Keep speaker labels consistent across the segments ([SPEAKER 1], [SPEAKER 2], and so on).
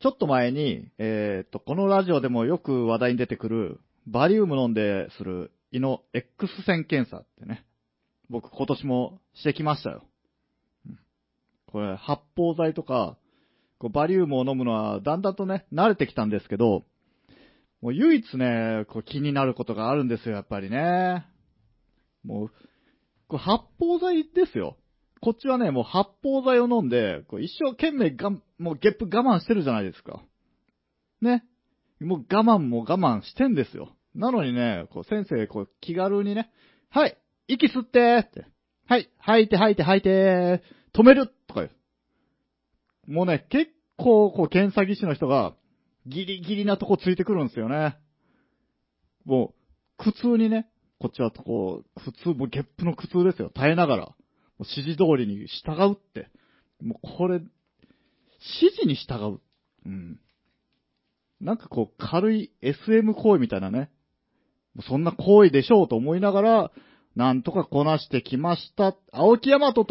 [SPEAKER 1] ちょっと前に、えーっと、このラジオでもよく話題に出てくる、バリウム飲んでする胃の X 線検査ってね、僕今年もしてきましたよ。うんこれ、発泡剤とか、こうバリウムを飲むのはだんだんとね、慣れてきたんですけど、もう唯一ね、こう気になることがあるんですよ、やっぱりね。もう、これ発泡剤ですよ。こっちはね、もう発泡剤を飲んで、こう一生懸命がん、もうゲップ我慢してるじゃないですか。ね。もう我慢も我慢してんですよ。なのにね、こう先生、こう気軽にね、はい、息吸ってーって。はい、吐いて吐いて吐いてー止めるとか言う。もうね、結構、こう検査技師の人が、ギリギリなとこついてくるんですよね。もう、苦痛にね、こっちはこう、苦痛、もうゲップの苦痛ですよ。耐えながら。もう指示通りに従うって。もうこれ、指示に従う。うん。なんかこう、軽い SM 行為みたいなね。もうそんな行為でしょうと思いながら、なんとかこなしてきました。青木大和と、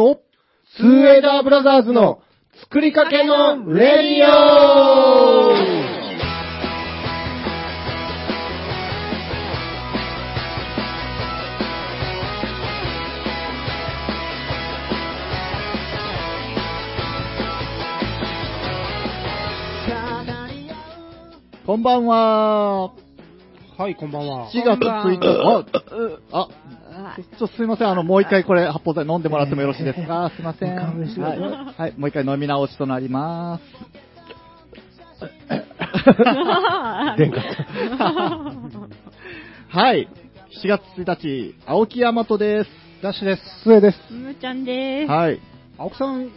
[SPEAKER 2] ツーエイダーブラザーズの作りかけのレディオ
[SPEAKER 1] こんばんは。
[SPEAKER 2] はい、こんばんは。
[SPEAKER 1] 4月1日、あ、あ、ちょっとすいません、あの、もう一回これ、発泡剤飲んでもらってもよろしいですか、すいません。
[SPEAKER 2] 勘弁してくだ
[SPEAKER 1] は
[SPEAKER 2] さい
[SPEAKER 1] い、はい、もう一回飲み直しとなります。
[SPEAKER 2] 出 んかっ
[SPEAKER 1] はい。7月1日、青木大和です。
[SPEAKER 2] ダッシュです。スエです。
[SPEAKER 3] むーちゃんでーす。
[SPEAKER 1] はい。
[SPEAKER 4] 青木さん、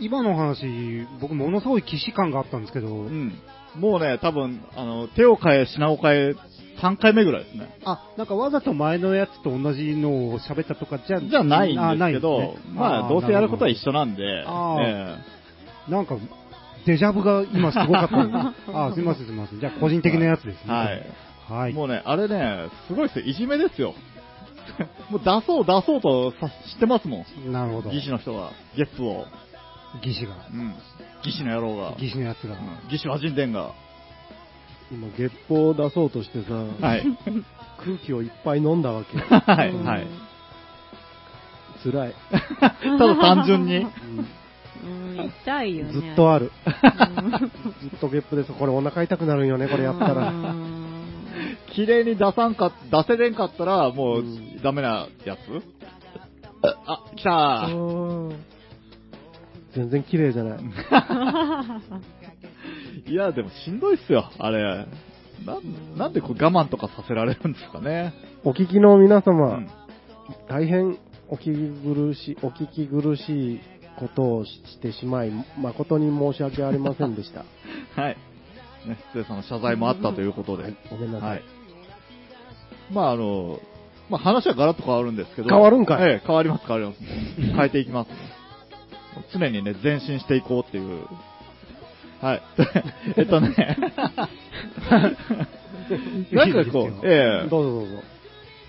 [SPEAKER 4] 今のお話、僕、ものすごい既視感があったんですけど、
[SPEAKER 1] うん。もうね、多分、あの、手を変え、品を変え、3回目ぐらいですね。
[SPEAKER 4] あ、なんかわざと前のやつと同じのを喋ったとかじゃ
[SPEAKER 1] じゃあない
[SPEAKER 4] あ
[SPEAKER 1] んですけど、
[SPEAKER 4] ないんですね
[SPEAKER 1] まあ、どうせやることは一
[SPEAKER 4] 緒。
[SPEAKER 1] 緒なんで、
[SPEAKER 4] あー
[SPEAKER 1] え
[SPEAKER 4] なんか、デジャブが今すごかった。 あ、すいません、すいません。じゃあ、個人的なやつです
[SPEAKER 1] え
[SPEAKER 4] ね。
[SPEAKER 1] はい。
[SPEAKER 4] はい。
[SPEAKER 1] もうね、あれね、すごいですよ。いじめですよ。 もう出そう出そうとさ知ってますもん。
[SPEAKER 4] なるほど。
[SPEAKER 1] 技師の人が、ゲップを。
[SPEAKER 4] 技師が。
[SPEAKER 1] うん。技師の野郎が。
[SPEAKER 4] 技師のやつが。
[SPEAKER 1] うん技師は人伝が。
[SPEAKER 2] 今、月報を出そうとしてさ、
[SPEAKER 1] はい。
[SPEAKER 2] 空気をいっぱい飲んだわけ。
[SPEAKER 1] はい。はい。
[SPEAKER 2] 辛い。
[SPEAKER 1] ただ単純に。
[SPEAKER 3] うん、痛いよね。
[SPEAKER 2] ずっと
[SPEAKER 3] あ
[SPEAKER 2] ある。ずっとゲップです。これお腹痛くなるんよね、これやったら。
[SPEAKER 1] 綺麗に出さんか、出せれんかったら、もう
[SPEAKER 2] うん、
[SPEAKER 1] ダメなやつあ、来たー
[SPEAKER 2] うん全然綺麗じゃない。
[SPEAKER 1] いや、でもしんどいっすよ、あれ。なん、なんでこう我慢とかさせられるんですかね。
[SPEAKER 2] お聞きの皆
[SPEAKER 1] う
[SPEAKER 2] 様、
[SPEAKER 1] ん。
[SPEAKER 2] 大変お聞き苦しい、お聞き苦しいことをしてしまい、誠に申し訳ありませんでした。
[SPEAKER 1] はい。ね、失礼さんの謝罪もあったということで。
[SPEAKER 2] ごめんなさい。
[SPEAKER 1] はい。まああの、まあ話はガラッと変わるんですけど。
[SPEAKER 2] 変わるんかい
[SPEAKER 1] ええ、変わります、変わります。 変えていきます。常にね、前進していこうっていう。はい。 えっとね。 なんかこう、ええ
[SPEAKER 2] どうぞどうぞ。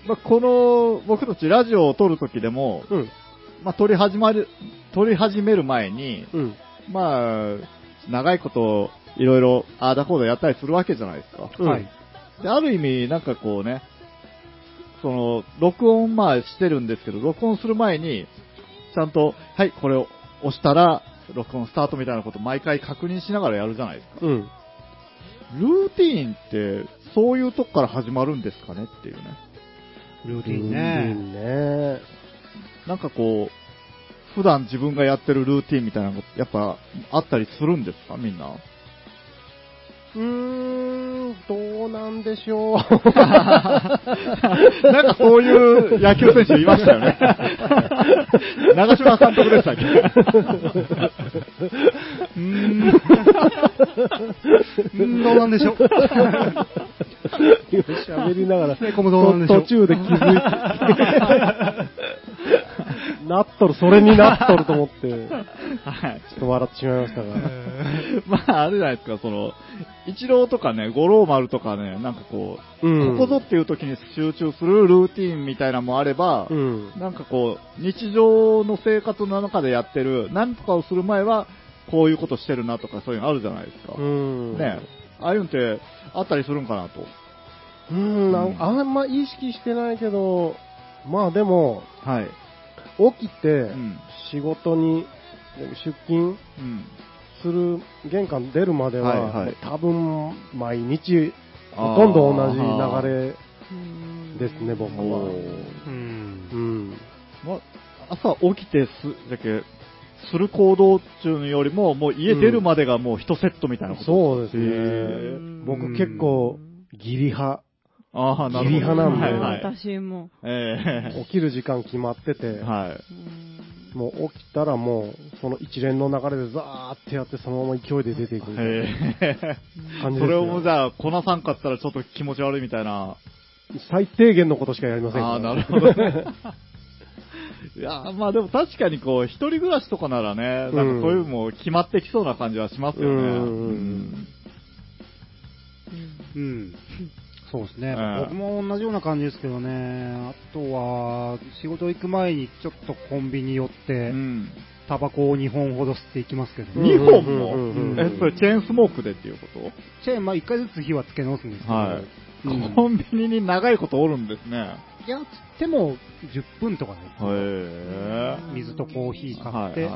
[SPEAKER 1] まあ、この、僕たちラジオを撮るときでも、
[SPEAKER 2] うん、
[SPEAKER 1] まあ、撮り始まる、撮り始める前に、
[SPEAKER 2] うん、
[SPEAKER 1] まあ、長いこと、いろいろ、ああだこうだやったりするわけじゃないですか。
[SPEAKER 2] うん
[SPEAKER 4] はい。
[SPEAKER 1] で、ある意味、なんかこうね、その、録音、まあしてるんですけど、録音する前に、ちゃんと、はい、これを押したら、録音スタートみたいなこと毎回確認しながらやるじゃないですか。
[SPEAKER 2] うん。
[SPEAKER 1] ルーティーンって、そういうとこから始まるんですかねっていうね。
[SPEAKER 4] ルーテ
[SPEAKER 2] い
[SPEAKER 4] ィ
[SPEAKER 2] い
[SPEAKER 4] ンね。
[SPEAKER 2] ね。
[SPEAKER 1] なんかこう、普段自分がやってるルーティーンみたいなのが、やっぱ、あったりするんですかみんな。
[SPEAKER 2] うーん、どうなんでし ょう。
[SPEAKER 1] なんかそういう野球選手いましたよ ね。長嶋監督でしたっけうーん
[SPEAKER 4] うんどうなんでしょう。
[SPEAKER 2] 今喋りながら、
[SPEAKER 4] ねこもどうなんでしょ
[SPEAKER 2] と途
[SPEAKER 4] う
[SPEAKER 2] 中で気づいて。なっとる、それになっとると思って、ちょ
[SPEAKER 1] はい。
[SPEAKER 2] っと笑ってしまいましたが。
[SPEAKER 1] まあ、あれじゃないですか、その、イチローとかね、五郎丸とかね、なんかこ
[SPEAKER 2] う
[SPEAKER 1] う、
[SPEAKER 2] ん。
[SPEAKER 1] ここぞっていう時に集中するルーティーンみたいなのもあれば、
[SPEAKER 2] うん。
[SPEAKER 1] なんかこう、日常の生活の中でやってる、何とかをする前は、こういうことしてるなとかそういうのあるじゃないですか。
[SPEAKER 2] うん。
[SPEAKER 1] ねああいうのってあったりするんかなと。
[SPEAKER 2] うん、なんあんま意識してないけど、まあでも、
[SPEAKER 1] はい。
[SPEAKER 2] 起き
[SPEAKER 1] う
[SPEAKER 2] て
[SPEAKER 1] ん、
[SPEAKER 2] 仕事に出勤
[SPEAKER 1] うん。
[SPEAKER 2] する、玄関出るまでは、
[SPEAKER 1] はいはい
[SPEAKER 2] 多分毎日、ほとんど同じ流
[SPEAKER 3] うん
[SPEAKER 2] れですね、僕
[SPEAKER 1] お
[SPEAKER 2] は。
[SPEAKER 1] ー
[SPEAKER 4] うん
[SPEAKER 2] う。ん。
[SPEAKER 1] ま朝起きてす、だけ、する行動っていうのよりも、もう家出るまでがもう一セットみたいなこと。
[SPEAKER 2] そうです
[SPEAKER 1] へ
[SPEAKER 2] ね。
[SPEAKER 3] ー
[SPEAKER 2] 僕結構、ギリ派。
[SPEAKER 1] ああ、なるほど。
[SPEAKER 2] ギリ派なんで
[SPEAKER 1] は
[SPEAKER 3] はいい
[SPEAKER 1] はい。
[SPEAKER 3] 私も。
[SPEAKER 1] え
[SPEAKER 2] 起きる時間決まってて、
[SPEAKER 1] えはい。
[SPEAKER 3] うん
[SPEAKER 2] もう起きたらもう、その一連の流れでザーってやって、そのまま勢いで出ていくみたいな
[SPEAKER 1] ええ
[SPEAKER 2] 感じで
[SPEAKER 1] そ
[SPEAKER 2] すよ
[SPEAKER 1] れをもうじゃあ、こなさんかったらちょっと気持ち悪いみたいな。
[SPEAKER 2] 最低限のことしかやりませんから
[SPEAKER 1] ああ、なるほどね。 いやーまあでも確かにこう、一人暮らしとかならね、なんかそういうのも決まってきそうな感じはしますよね。
[SPEAKER 2] うん
[SPEAKER 1] うん
[SPEAKER 4] うん。そうです
[SPEAKER 1] う
[SPEAKER 4] ね、
[SPEAKER 1] ん
[SPEAKER 4] 僕も同じような感じですけどね、あとは、仕事行く前にちょっとコンビニ寄っ
[SPEAKER 1] う
[SPEAKER 4] て、
[SPEAKER 1] ん。
[SPEAKER 4] タバコを2本ほど吸っていきますけど、
[SPEAKER 2] うん
[SPEAKER 1] 2本
[SPEAKER 2] うん
[SPEAKER 1] も
[SPEAKER 4] うんうん
[SPEAKER 1] え、それチェーンスモークでっていうこ
[SPEAKER 4] チェーン、まあ1回ずつ火はつけ直すんですけ
[SPEAKER 1] と
[SPEAKER 4] ど、
[SPEAKER 1] はい。
[SPEAKER 4] うん
[SPEAKER 1] コンビニに長いことおるんですね。
[SPEAKER 4] いや、つっても10分とかね、
[SPEAKER 1] へ
[SPEAKER 4] 水とコーヒー買って、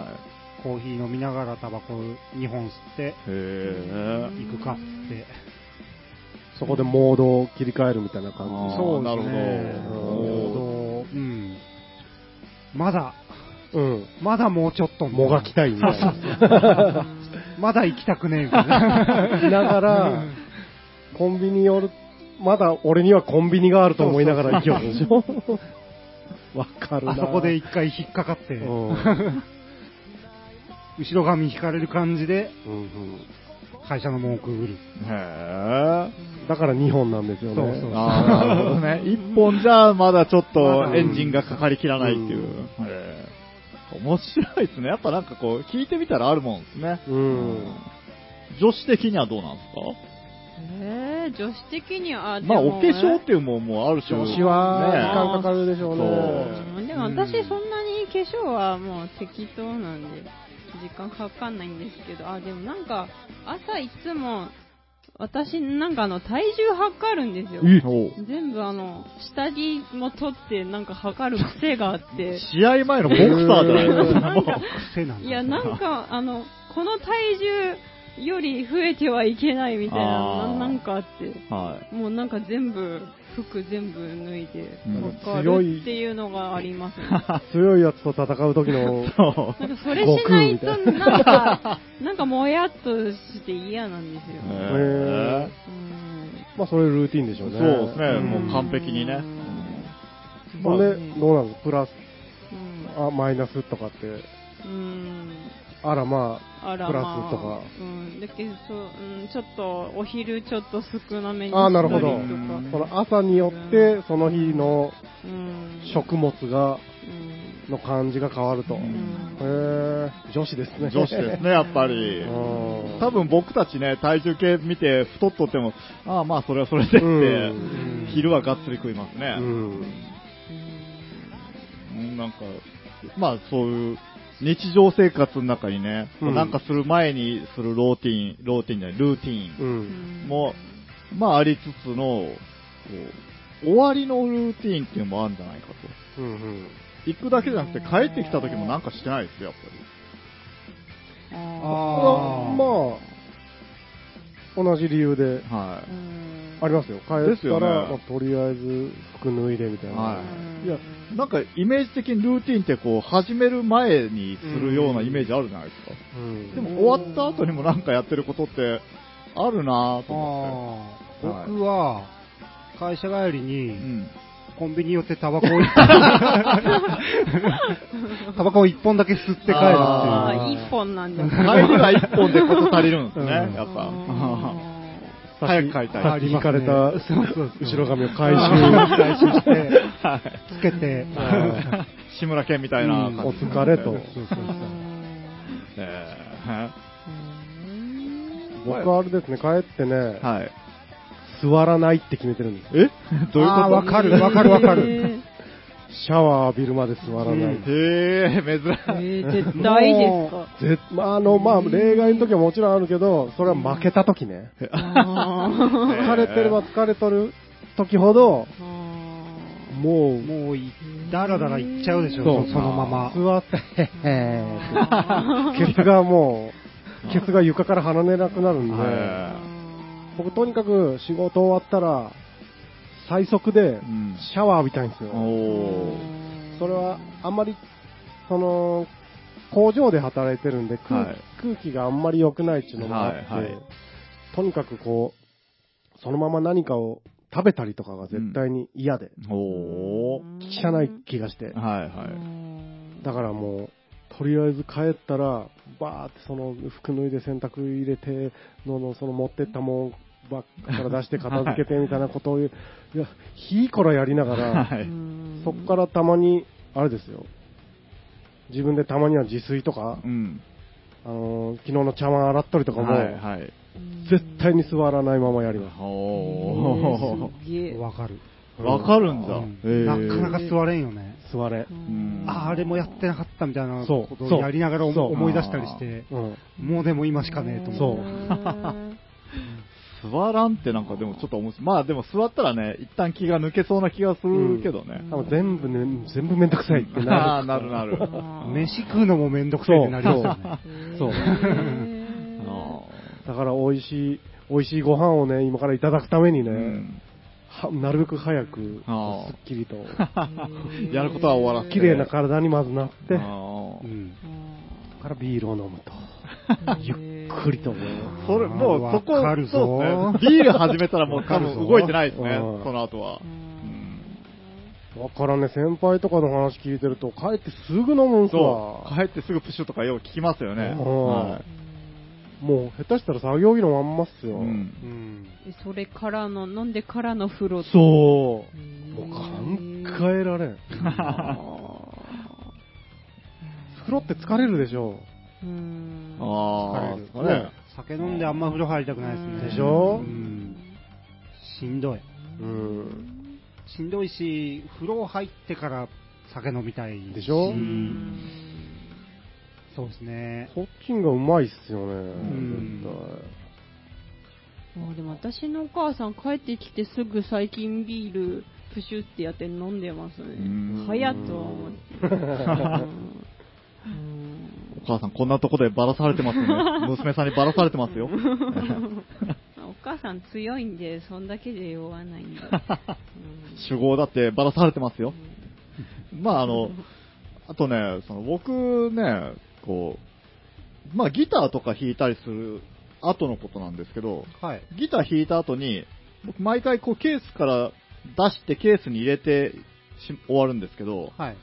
[SPEAKER 4] コーヒー飲みながらタバコ2本吸って、
[SPEAKER 1] へえ。
[SPEAKER 4] 行くかっつって、
[SPEAKER 2] そこでモードを切り替えるみたいな感
[SPEAKER 1] あー
[SPEAKER 4] そうで
[SPEAKER 1] な
[SPEAKER 4] す
[SPEAKER 1] る
[SPEAKER 4] ね、
[SPEAKER 1] ほ
[SPEAKER 4] ほど、うん、まだ、
[SPEAKER 2] じ。うん。
[SPEAKER 4] まだもうちょっと、
[SPEAKER 2] もがきたいみたいな。
[SPEAKER 4] まだ行きたくねえみたいな。
[SPEAKER 2] だから、コンビニ寄る、まだ俺にはコンビニがあると思いながら行きよるでしょ。 わかるな。
[SPEAKER 4] あそこで一回引っかかって、
[SPEAKER 2] う
[SPEAKER 4] 後
[SPEAKER 2] ん。
[SPEAKER 4] ろ髪引かれる感じで、
[SPEAKER 2] うん
[SPEAKER 4] 会社の門をくぐる。
[SPEAKER 1] へえ。
[SPEAKER 2] だから2本なんですよね。
[SPEAKER 4] そうそう
[SPEAKER 1] ああ、なるほど ね。1本じゃまだちょっとエンジンがかかりきらないっていうう。へえ。面白いですね。やっぱなんかこう、聞いてみたらあるもんですね。
[SPEAKER 2] うん。
[SPEAKER 1] 女子的にはどうなんですか
[SPEAKER 3] えー、女子的には、
[SPEAKER 1] まあ、
[SPEAKER 3] で
[SPEAKER 1] お
[SPEAKER 3] も
[SPEAKER 1] 化粧っていうもんもある種。
[SPEAKER 2] 女子は時間かかるでしょうね。
[SPEAKER 1] そう
[SPEAKER 3] でも私そんなに化粧はもう適当なんで、時間かかんないんですけど、あ、でもなんか、朝いつも、私なんかあの、体重測るんですよ。
[SPEAKER 1] ね。そう
[SPEAKER 3] 全部あの、下着も取ってなんか測る癖があって、
[SPEAKER 1] 試合前のボクサーじゃないですか。
[SPEAKER 3] なんか、
[SPEAKER 4] 癖なんだ。
[SPEAKER 3] いや、なんか、あの、この体重より増えてはいけないみたい
[SPEAKER 1] あ
[SPEAKER 3] な
[SPEAKER 1] ー、
[SPEAKER 3] なんかあって、
[SPEAKER 1] はい。
[SPEAKER 3] もうなんか全部、服全部脱いで
[SPEAKER 1] うん、
[SPEAKER 3] かるっていうのがあります、ね。
[SPEAKER 2] 強いやつと戦う時の、
[SPEAKER 1] そう。
[SPEAKER 3] なんかそれしないと、なんか、なんかもやっとして嫌なんですよ。
[SPEAKER 1] へえ
[SPEAKER 3] うん
[SPEAKER 2] まあそれルーティンでし
[SPEAKER 1] そ
[SPEAKER 2] ょ
[SPEAKER 1] う
[SPEAKER 2] うね。
[SPEAKER 1] ですね、
[SPEAKER 2] ん
[SPEAKER 1] もう完璧にね。
[SPEAKER 2] ほん
[SPEAKER 1] まあ
[SPEAKER 2] で、どうなんですプラス、
[SPEAKER 3] うん
[SPEAKER 2] あ、マイナスとかって、
[SPEAKER 3] うん
[SPEAKER 2] あらま
[SPEAKER 3] あら、
[SPEAKER 2] プラス
[SPEAKER 3] まあ
[SPEAKER 2] とか
[SPEAKER 3] うん、だけどそう、うん、ちょっと、お昼ちょっと少なめにしたりと
[SPEAKER 2] あ
[SPEAKER 3] か。
[SPEAKER 2] あなるほ
[SPEAKER 1] う
[SPEAKER 2] どあ
[SPEAKER 1] ん、
[SPEAKER 2] その朝によって、その日の
[SPEAKER 3] うん。
[SPEAKER 2] 食物が、
[SPEAKER 3] うん
[SPEAKER 2] の感じが変わると。へ
[SPEAKER 3] ん
[SPEAKER 2] え、女子ですね。
[SPEAKER 1] 女子ですね、やっぱり。
[SPEAKER 2] うん
[SPEAKER 1] 多分僕たちね、体重計見て太っとっても、ああまあそれはそれでって、
[SPEAKER 2] うん
[SPEAKER 1] 昼はがっつり食いますね
[SPEAKER 2] う。ん。
[SPEAKER 1] うんなんか、まあそういう、日常生活の中にね、
[SPEAKER 2] うん
[SPEAKER 1] なんかする前にするローティン、ローティンじゃない、ルーティ
[SPEAKER 2] う
[SPEAKER 1] ン
[SPEAKER 2] ん。
[SPEAKER 1] も、まあありつつの、こう終わりのルーティンっていうのもあるんじゃないかと。
[SPEAKER 2] うんうん。
[SPEAKER 1] 行くだけじゃなくて帰ってきた時もなんかしてないですよ、やっぱり。
[SPEAKER 3] あ
[SPEAKER 4] あー
[SPEAKER 2] まあ、同じ理由で、
[SPEAKER 1] は
[SPEAKER 3] ーうん
[SPEAKER 2] ありますよ。帰
[SPEAKER 1] です
[SPEAKER 2] った
[SPEAKER 1] よね
[SPEAKER 2] ら、まあとりあえず服脱いでみたい
[SPEAKER 1] い。
[SPEAKER 2] な。
[SPEAKER 1] はい。いや、なんかイメージ的にルーティンってこう、始める前にするようなイメージあるじゃないですか。
[SPEAKER 2] うん
[SPEAKER 1] でも終わった後にもなんかやってることってあるなぁと思っ
[SPEAKER 4] あ
[SPEAKER 1] と思っ
[SPEAKER 4] ー
[SPEAKER 1] て
[SPEAKER 4] 僕は、会社帰りに、
[SPEAKER 1] て。うん。
[SPEAKER 4] コンビニ寄ってタバコを、 タバコを1本だけ吸って帰るっていう。
[SPEAKER 1] あ
[SPEAKER 3] あー一本なんです
[SPEAKER 1] 帰りは一本でこと足りるんですね、
[SPEAKER 4] うん
[SPEAKER 1] やっぱ。
[SPEAKER 2] 差
[SPEAKER 1] 早
[SPEAKER 2] し
[SPEAKER 1] く帰りたい。
[SPEAKER 2] 差
[SPEAKER 1] は
[SPEAKER 4] あ
[SPEAKER 1] い。
[SPEAKER 2] し
[SPEAKER 4] り
[SPEAKER 2] 引
[SPEAKER 4] ま
[SPEAKER 2] か
[SPEAKER 4] す
[SPEAKER 2] れ
[SPEAKER 4] ね
[SPEAKER 2] た
[SPEAKER 4] そうそうそう
[SPEAKER 2] 後ろ髪を回
[SPEAKER 4] 回収
[SPEAKER 2] 収。
[SPEAKER 4] 回収して、つけて、
[SPEAKER 2] あ
[SPEAKER 1] 志村けんみたいな感じ、
[SPEAKER 2] うんお疲れと
[SPEAKER 4] そうそうそう
[SPEAKER 1] え
[SPEAKER 2] ー僕はあれですね、帰ってね
[SPEAKER 1] ー、はい。
[SPEAKER 2] 座らないって決めてるんですよ。
[SPEAKER 1] えどういうこと
[SPEAKER 4] あーわかるわかるわかる。
[SPEAKER 2] シャワー浴びるまで座らない。
[SPEAKER 1] へえ、珍
[SPEAKER 3] え
[SPEAKER 1] しい。
[SPEAKER 3] ー、絶対ですか。
[SPEAKER 2] ぜまあ、あの、まあ、例外の時はもちろんあるけど、それは負けた時ね。
[SPEAKER 3] あ
[SPEAKER 2] 疲れてれば疲れとる時ほど、
[SPEAKER 3] ーあ
[SPEAKER 2] もう、
[SPEAKER 4] もうい、だらだらいっちゃうでしょ、
[SPEAKER 1] そう
[SPEAKER 4] そそのまま。
[SPEAKER 2] 座って、へへー ってケツがもう、ケツが床から離れなくなるん
[SPEAKER 1] へ
[SPEAKER 2] で、
[SPEAKER 1] え
[SPEAKER 3] ー
[SPEAKER 2] 僕とにかく仕事終わったら、最速で
[SPEAKER 1] ん
[SPEAKER 2] シャワー浴びたいんですよ。
[SPEAKER 1] おー。
[SPEAKER 2] それはあんまり、その、工場で働いてるんで空気,、
[SPEAKER 1] はい
[SPEAKER 2] 空気があんまり良くないっていうのがあって、
[SPEAKER 1] はいはい
[SPEAKER 2] とにかくこう、そのまま何かを食べたりとかが絶対に嫌で、
[SPEAKER 1] おー。
[SPEAKER 2] 汚い気がし
[SPEAKER 1] は
[SPEAKER 2] て、
[SPEAKER 1] い
[SPEAKER 3] は
[SPEAKER 1] はい。
[SPEAKER 2] だからもう、とりあえず帰ったら、バーってその服脱いで洗濯入れてのの、その持ってったもんばっかから出して片付けてみたいなことを言う、いや、ひいこらやりながら、
[SPEAKER 1] はい。
[SPEAKER 2] そこからたまに、あれですよ、自分でたまには自炊とか、
[SPEAKER 1] うん。
[SPEAKER 2] あのー昨日の茶碗洗ったりとかも、
[SPEAKER 1] はいはい。
[SPEAKER 2] 絶対に座らないままやります。
[SPEAKER 1] お
[SPEAKER 3] すげえ
[SPEAKER 4] わかる。
[SPEAKER 1] ー。わかるんだ。
[SPEAKER 4] うんなかなか座れんよね。
[SPEAKER 2] 座れ。
[SPEAKER 1] ん
[SPEAKER 4] あーあれもやってなかったみたいな
[SPEAKER 2] そう
[SPEAKER 4] ことをやりながら
[SPEAKER 2] そう
[SPEAKER 4] 思思い出したりして、
[SPEAKER 2] うん。
[SPEAKER 4] もうでも今しかねえと思って。
[SPEAKER 1] 座らんってなんかでもちょっと面白い。まあでも座ったらね、一旦気が抜けそうな気がするけどね。
[SPEAKER 2] 多分全部ね、全部めんどくさいって
[SPEAKER 1] あ
[SPEAKER 2] な
[SPEAKER 1] あ、なるなる。
[SPEAKER 4] 飯食うのもめんどくさいってなりますよね。
[SPEAKER 2] そう
[SPEAKER 1] あ
[SPEAKER 2] る。だから美味しい、美味しいご飯をね、今からいただくために
[SPEAKER 1] ー
[SPEAKER 2] ね、
[SPEAKER 1] うん
[SPEAKER 2] はなるべく早く、す
[SPEAKER 1] あー
[SPEAKER 2] っき りと、
[SPEAKER 1] やることは終わらせて。
[SPEAKER 2] 綺麗な体にまずなって、そ
[SPEAKER 1] あ
[SPEAKER 4] う
[SPEAKER 1] ー
[SPEAKER 4] ん
[SPEAKER 2] こからビールを飲む と。ゆっくりと思います。
[SPEAKER 1] それ、もうそこ、
[SPEAKER 4] わかるぞ
[SPEAKER 1] そうですねビール始めたらもう多
[SPEAKER 4] わかる
[SPEAKER 1] 分
[SPEAKER 4] ぞ
[SPEAKER 1] 動いてないですね
[SPEAKER 2] う、ん
[SPEAKER 1] その後は。
[SPEAKER 2] だからね、先輩とかの話聞いてると、帰ってすぐ飲むんす
[SPEAKER 1] そ
[SPEAKER 2] わ
[SPEAKER 1] う。。帰ってすぐプッシュとかよう聞きますよね。
[SPEAKER 2] うん
[SPEAKER 1] は
[SPEAKER 2] もう下手したら作業着のまんまっす
[SPEAKER 1] い。
[SPEAKER 2] よ。
[SPEAKER 1] うん
[SPEAKER 4] うん
[SPEAKER 3] えそれからの飲んでからの風呂
[SPEAKER 2] そう。
[SPEAKER 3] も
[SPEAKER 2] もう考えられん。風呂って疲れるでしょ。
[SPEAKER 3] うん
[SPEAKER 1] ああ、
[SPEAKER 4] 疲
[SPEAKER 1] そ
[SPEAKER 4] れる
[SPEAKER 1] れ。
[SPEAKER 4] 酒飲んであんま風呂入りたくないですね。
[SPEAKER 2] でしょ
[SPEAKER 4] うんしんどい。
[SPEAKER 2] うん。
[SPEAKER 4] しんどいし、風呂入ってから酒飲みたい。
[SPEAKER 2] でしょ
[SPEAKER 4] うんそうですね。
[SPEAKER 2] そっちんがうまいっすよね。
[SPEAKER 4] ん
[SPEAKER 3] あでも私のお母さん帰ってきてすぐ最近ビールプシュってやって飲んでます
[SPEAKER 1] うん
[SPEAKER 3] ね早っとは思って
[SPEAKER 2] 絶対。
[SPEAKER 3] うん
[SPEAKER 1] お母さんこんなとこでバラされてますね。娘さんにバラされてますよ。
[SPEAKER 3] お母さん強いんでそんだけで酔わないんで、
[SPEAKER 1] 主語だってばらされてますよ。まああの、あとね、その僕ね、こう、まあギターとか弾いたりする後のことなんですけど、
[SPEAKER 4] はい。
[SPEAKER 1] ギター弾いた後に、僕毎回こうケースから出してケースに入れてし終わるんですけど、
[SPEAKER 4] はい。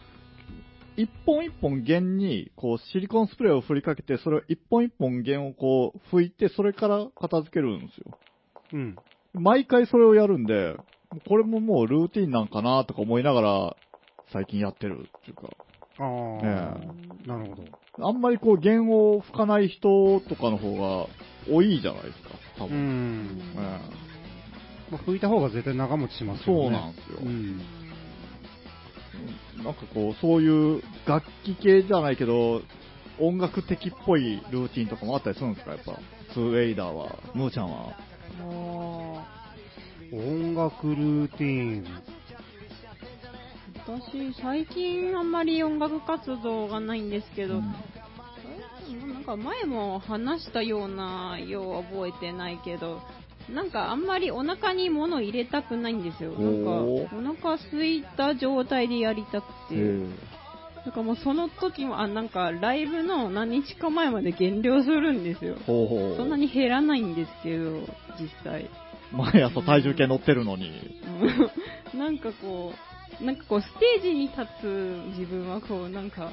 [SPEAKER 1] 一本一本弦にこうシリコンスプレーを振りかけて、それを一本一本弦をこう拭いて、それから片付けるんですよ。
[SPEAKER 4] うん。
[SPEAKER 1] 毎回それをやるんで、これももうルーティンなんかなとか思いながら、最近やってるっていうか、
[SPEAKER 4] ああ、
[SPEAKER 1] え
[SPEAKER 4] なるほど。
[SPEAKER 1] あんまりこう弦を吹かない人とかの方が多いじゃないですか、多
[SPEAKER 4] う
[SPEAKER 1] 分。
[SPEAKER 4] ん。
[SPEAKER 1] え
[SPEAKER 4] まあ、拭いた方が絶対長持ちしますよね。
[SPEAKER 1] そうなんですよ
[SPEAKER 4] うん。
[SPEAKER 1] えなんかこう、そういう楽器系じゃないけど、音楽的っぽいルーティンとかもあったりするんですか、やっぱ。ツーウェイダーは、ムーちゃんは。
[SPEAKER 4] 音楽ルーティーン。
[SPEAKER 3] 私最近あんまり音楽活動がないんですけど、えなんか前も話したようなようは覚えてないけどなんかあんまりお腹に物入れたくないんですよなんか
[SPEAKER 1] お
[SPEAKER 3] お腹空いた状態でやりたくてなんかもうその時もあなんかライブの何日か前まで減量するんですよ
[SPEAKER 1] ほうほう
[SPEAKER 3] そんなに減らないんですけど実際
[SPEAKER 1] 毎朝体重計乗ってるのに。
[SPEAKER 3] うんなんかこう、なんかこう、ステージに立つ自分はこう、なんか、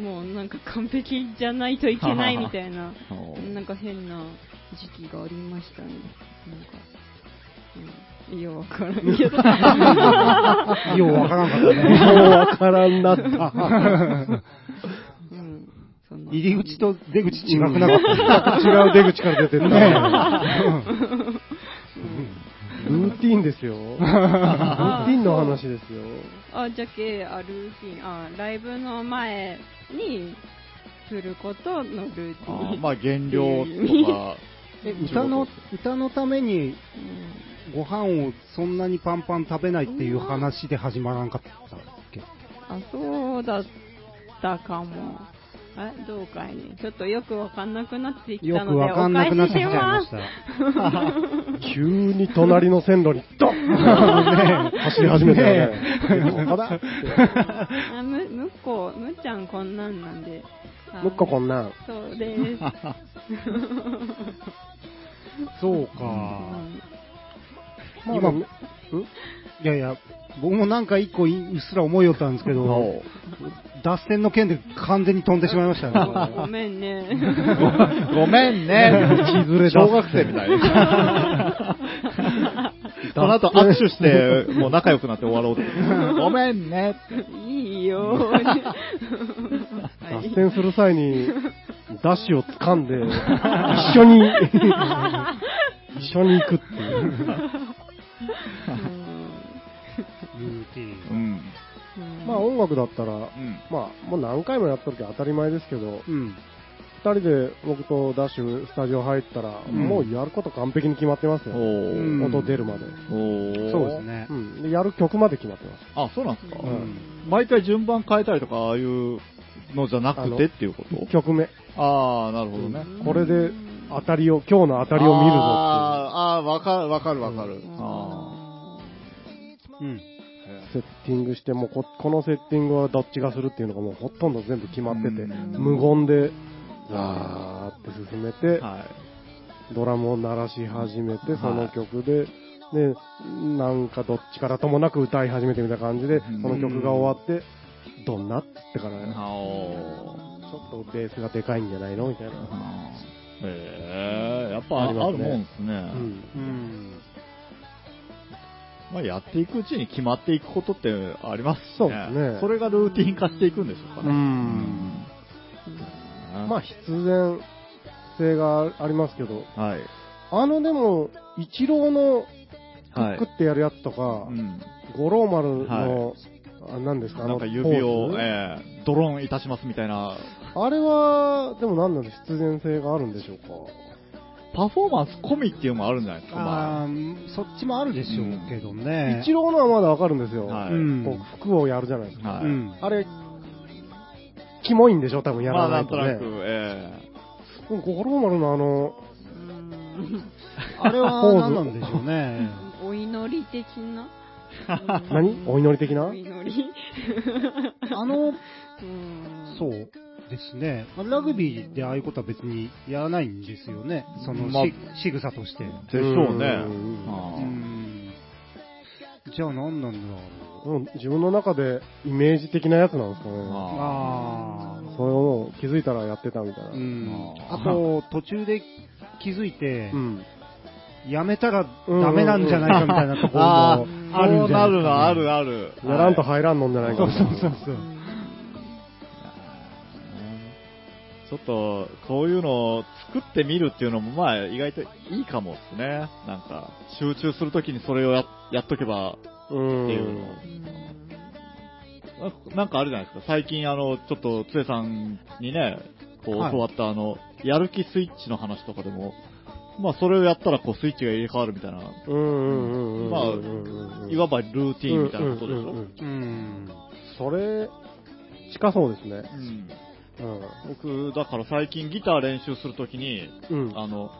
[SPEAKER 3] もうなんか完璧じゃないといけないみたいな、なんか変な時期がありましたね。なんか、うん、いや、わからんけど。
[SPEAKER 4] ようわからんかったね。
[SPEAKER 2] もうわからんなった。
[SPEAKER 3] うん、そんな
[SPEAKER 4] 入り口と出口違くなかった。
[SPEAKER 2] 違う出口から出てった。
[SPEAKER 4] うん
[SPEAKER 2] ルーティンですよ。ルーティンの話ですよ。
[SPEAKER 3] あ、じゃけ、あ、ルーティン、あ、ライブの前にすることのルーテ
[SPEAKER 1] あ
[SPEAKER 3] ィ
[SPEAKER 1] ー
[SPEAKER 3] ン。
[SPEAKER 1] まあ減量と か、
[SPEAKER 4] え歌の、歌のためにご飯をそんなにパンパン食べないっていう話で始まらなかったっけ
[SPEAKER 3] あ、そうだったかも。え、どうかいね。ちょっとよくわかんなくなってき
[SPEAKER 4] よ
[SPEAKER 3] たの
[SPEAKER 4] く
[SPEAKER 3] で、
[SPEAKER 4] わかんなくなってきちゃいまし
[SPEAKER 3] お
[SPEAKER 4] た。
[SPEAKER 2] 急に隣の線路にドン走り始めたよね。ここだって
[SPEAKER 3] 返ししますあむ、むっこ、むっちゃんこんなんなんで。あ
[SPEAKER 2] むっここんなん。
[SPEAKER 3] そう です。
[SPEAKER 4] そう
[SPEAKER 3] う
[SPEAKER 4] か。
[SPEAKER 3] ん
[SPEAKER 4] 今、んいやいや、僕もなんか一個いうっすら思いよったんですけど、脱線の件で完全に飛んでしまいました
[SPEAKER 3] ご め
[SPEAKER 4] ね。
[SPEAKER 3] ん ね。
[SPEAKER 1] ごめんね、
[SPEAKER 4] ずれだ
[SPEAKER 1] 小学生みた いに。この後握手して、もう仲良くなって終わろう と。ごめんねって。
[SPEAKER 3] いいよ。はい
[SPEAKER 2] 脱線する際に、ダッシュを掴んで、一緒に、一緒に行くっていう。
[SPEAKER 3] うん
[SPEAKER 4] ルーティ
[SPEAKER 1] う
[SPEAKER 4] ン。
[SPEAKER 1] ん。
[SPEAKER 3] うん
[SPEAKER 2] まあ音楽だったら
[SPEAKER 1] う、ん。
[SPEAKER 2] まあもう何回もやっとるけど当たり前ですけど、
[SPEAKER 4] うん。
[SPEAKER 2] 二人で僕とダッシュスタジオ入ったら、
[SPEAKER 1] うん
[SPEAKER 2] もうやること完璧に決まってますよ。
[SPEAKER 1] お
[SPEAKER 4] うん
[SPEAKER 1] ー。
[SPEAKER 2] 音出るまで。
[SPEAKER 1] おー
[SPEAKER 4] そうです。ね
[SPEAKER 2] う。ん。でやる曲まで決まってま
[SPEAKER 1] あ、
[SPEAKER 2] す。
[SPEAKER 1] そうなんですか
[SPEAKER 3] う
[SPEAKER 4] うん
[SPEAKER 1] 毎回順番変えたりとか、ああいうのじゃなくてっていうこと
[SPEAKER 2] 曲目。
[SPEAKER 1] ああ、なるほどね。
[SPEAKER 2] これで当たりを、今日の当たりを見るぞっ
[SPEAKER 1] あーあー、わかる、わかる、わかる。あ
[SPEAKER 3] あ
[SPEAKER 4] うん。
[SPEAKER 1] ー
[SPEAKER 2] ていう。セッティングして、もうここのセッティングはどっちがするっていうのがもうほとんど全部決まってて、
[SPEAKER 1] うん
[SPEAKER 2] 無言で、ザーって進めて、
[SPEAKER 1] はい。
[SPEAKER 2] ドラムを鳴らし始めて
[SPEAKER 1] はい、
[SPEAKER 2] その曲で、で、なんかどっちからともなく歌い始めてみたいな感じで、
[SPEAKER 1] うん
[SPEAKER 2] その曲が終わって、どんなって言ってか
[SPEAKER 1] あ
[SPEAKER 2] ら、ち
[SPEAKER 1] ー
[SPEAKER 2] ょっとベースがでかいんじゃないのみたいな。
[SPEAKER 1] あーへえ、やっぱあ
[SPEAKER 2] あ
[SPEAKER 1] るも
[SPEAKER 2] りますね
[SPEAKER 1] んですね。
[SPEAKER 2] うん。
[SPEAKER 4] うん。
[SPEAKER 1] まあ、やっていくうちに決まっていくことってありますしね。
[SPEAKER 2] そうですね
[SPEAKER 1] それがルーティン化していくんでしょうかね。
[SPEAKER 2] うん
[SPEAKER 1] うん
[SPEAKER 2] まあ、必然性がありますけど、
[SPEAKER 1] はい。
[SPEAKER 2] あのでも、一郎のク
[SPEAKER 1] は
[SPEAKER 2] ックってやるやつとか、
[SPEAKER 1] うん。
[SPEAKER 2] 五郎丸の、あなんですか、あ
[SPEAKER 1] な
[SPEAKER 2] の
[SPEAKER 1] ん
[SPEAKER 2] ポ
[SPEAKER 1] か
[SPEAKER 2] ーズ、
[SPEAKER 1] 指を、えー、ドローンいたしますみたいな、
[SPEAKER 2] あれは、でも何なの必然性があるんでしょうか。
[SPEAKER 1] パフォーマンス込みっていうのもあるんじゃないですか、まあ。
[SPEAKER 4] あーそっちもあるでしょうけどね。
[SPEAKER 2] 一郎のはまだわかるんですよ。
[SPEAKER 1] はい
[SPEAKER 4] うん
[SPEAKER 2] こう服をやるじゃないですか。
[SPEAKER 1] はい。
[SPEAKER 4] うん。
[SPEAKER 2] あれ、キモいんでしょ、多分や
[SPEAKER 1] ま
[SPEAKER 2] ら
[SPEAKER 1] あ、な
[SPEAKER 2] な
[SPEAKER 1] いんと
[SPEAKER 2] と
[SPEAKER 1] な
[SPEAKER 2] ね
[SPEAKER 1] く。、え
[SPEAKER 2] でも五郎丸のあの、
[SPEAKER 4] あれは何なんでしょうね。
[SPEAKER 3] お祈り的な
[SPEAKER 2] 何お祈り的な
[SPEAKER 3] お祈り。
[SPEAKER 4] あ
[SPEAKER 3] う
[SPEAKER 4] の、
[SPEAKER 3] ん
[SPEAKER 4] そうですね。まあラグビーでああいうことは別にやらないんですよね。そのし、
[SPEAKER 1] まあ
[SPEAKER 4] 仕草として。
[SPEAKER 1] ー、でしょうね。
[SPEAKER 2] うん
[SPEAKER 1] あ
[SPEAKER 4] う
[SPEAKER 1] ー
[SPEAKER 4] ん。じゃあ何なんだろう。
[SPEAKER 2] うん自分の中でイメージ的なやつなんですかね。
[SPEAKER 1] あ
[SPEAKER 4] ああ。
[SPEAKER 2] それをもう気づいたらやってたみたいな。
[SPEAKER 4] う
[SPEAKER 2] うん。
[SPEAKER 4] ん。
[SPEAKER 1] あ
[SPEAKER 4] あ
[SPEAKER 1] ー
[SPEAKER 4] と、途中で気づいて、やめたらダメなんじゃないかみたいなところ
[SPEAKER 1] あ
[SPEAKER 4] も
[SPEAKER 1] ー、
[SPEAKER 4] あるんじゃな
[SPEAKER 1] そう
[SPEAKER 4] い
[SPEAKER 1] なるのある
[SPEAKER 4] あ
[SPEAKER 1] ある。
[SPEAKER 2] やらんと入らんのんじゃ
[SPEAKER 4] る
[SPEAKER 2] ない
[SPEAKER 4] そ
[SPEAKER 2] か
[SPEAKER 4] う
[SPEAKER 2] みた
[SPEAKER 4] そ
[SPEAKER 2] いうな
[SPEAKER 4] そうそう。
[SPEAKER 1] ちょっと、こういうのを作ってみるっていうのも、まあ、意外といいかもですね。なんか、集中するときにそれをややっとけば
[SPEAKER 2] う
[SPEAKER 1] っていうんの。ななんかあるじゃないですか。最近、あの、ちょっと、つえさんにね、こう、
[SPEAKER 4] はい
[SPEAKER 1] 教わった、あの、やる気スイッチの話とかでも、まあ、それをやったら、こう、スイッチが入れ替わるみたいな、
[SPEAKER 2] うんうんうん。
[SPEAKER 1] まあ
[SPEAKER 2] うん
[SPEAKER 1] いわばルーティーンみたいなことでしょ。うん
[SPEAKER 2] ううんうん
[SPEAKER 1] ん
[SPEAKER 2] うん
[SPEAKER 4] うん。
[SPEAKER 2] それ、近そうですね。
[SPEAKER 1] 僕、だから最近ギター練習するときに、
[SPEAKER 2] うん。うん。
[SPEAKER 1] あの、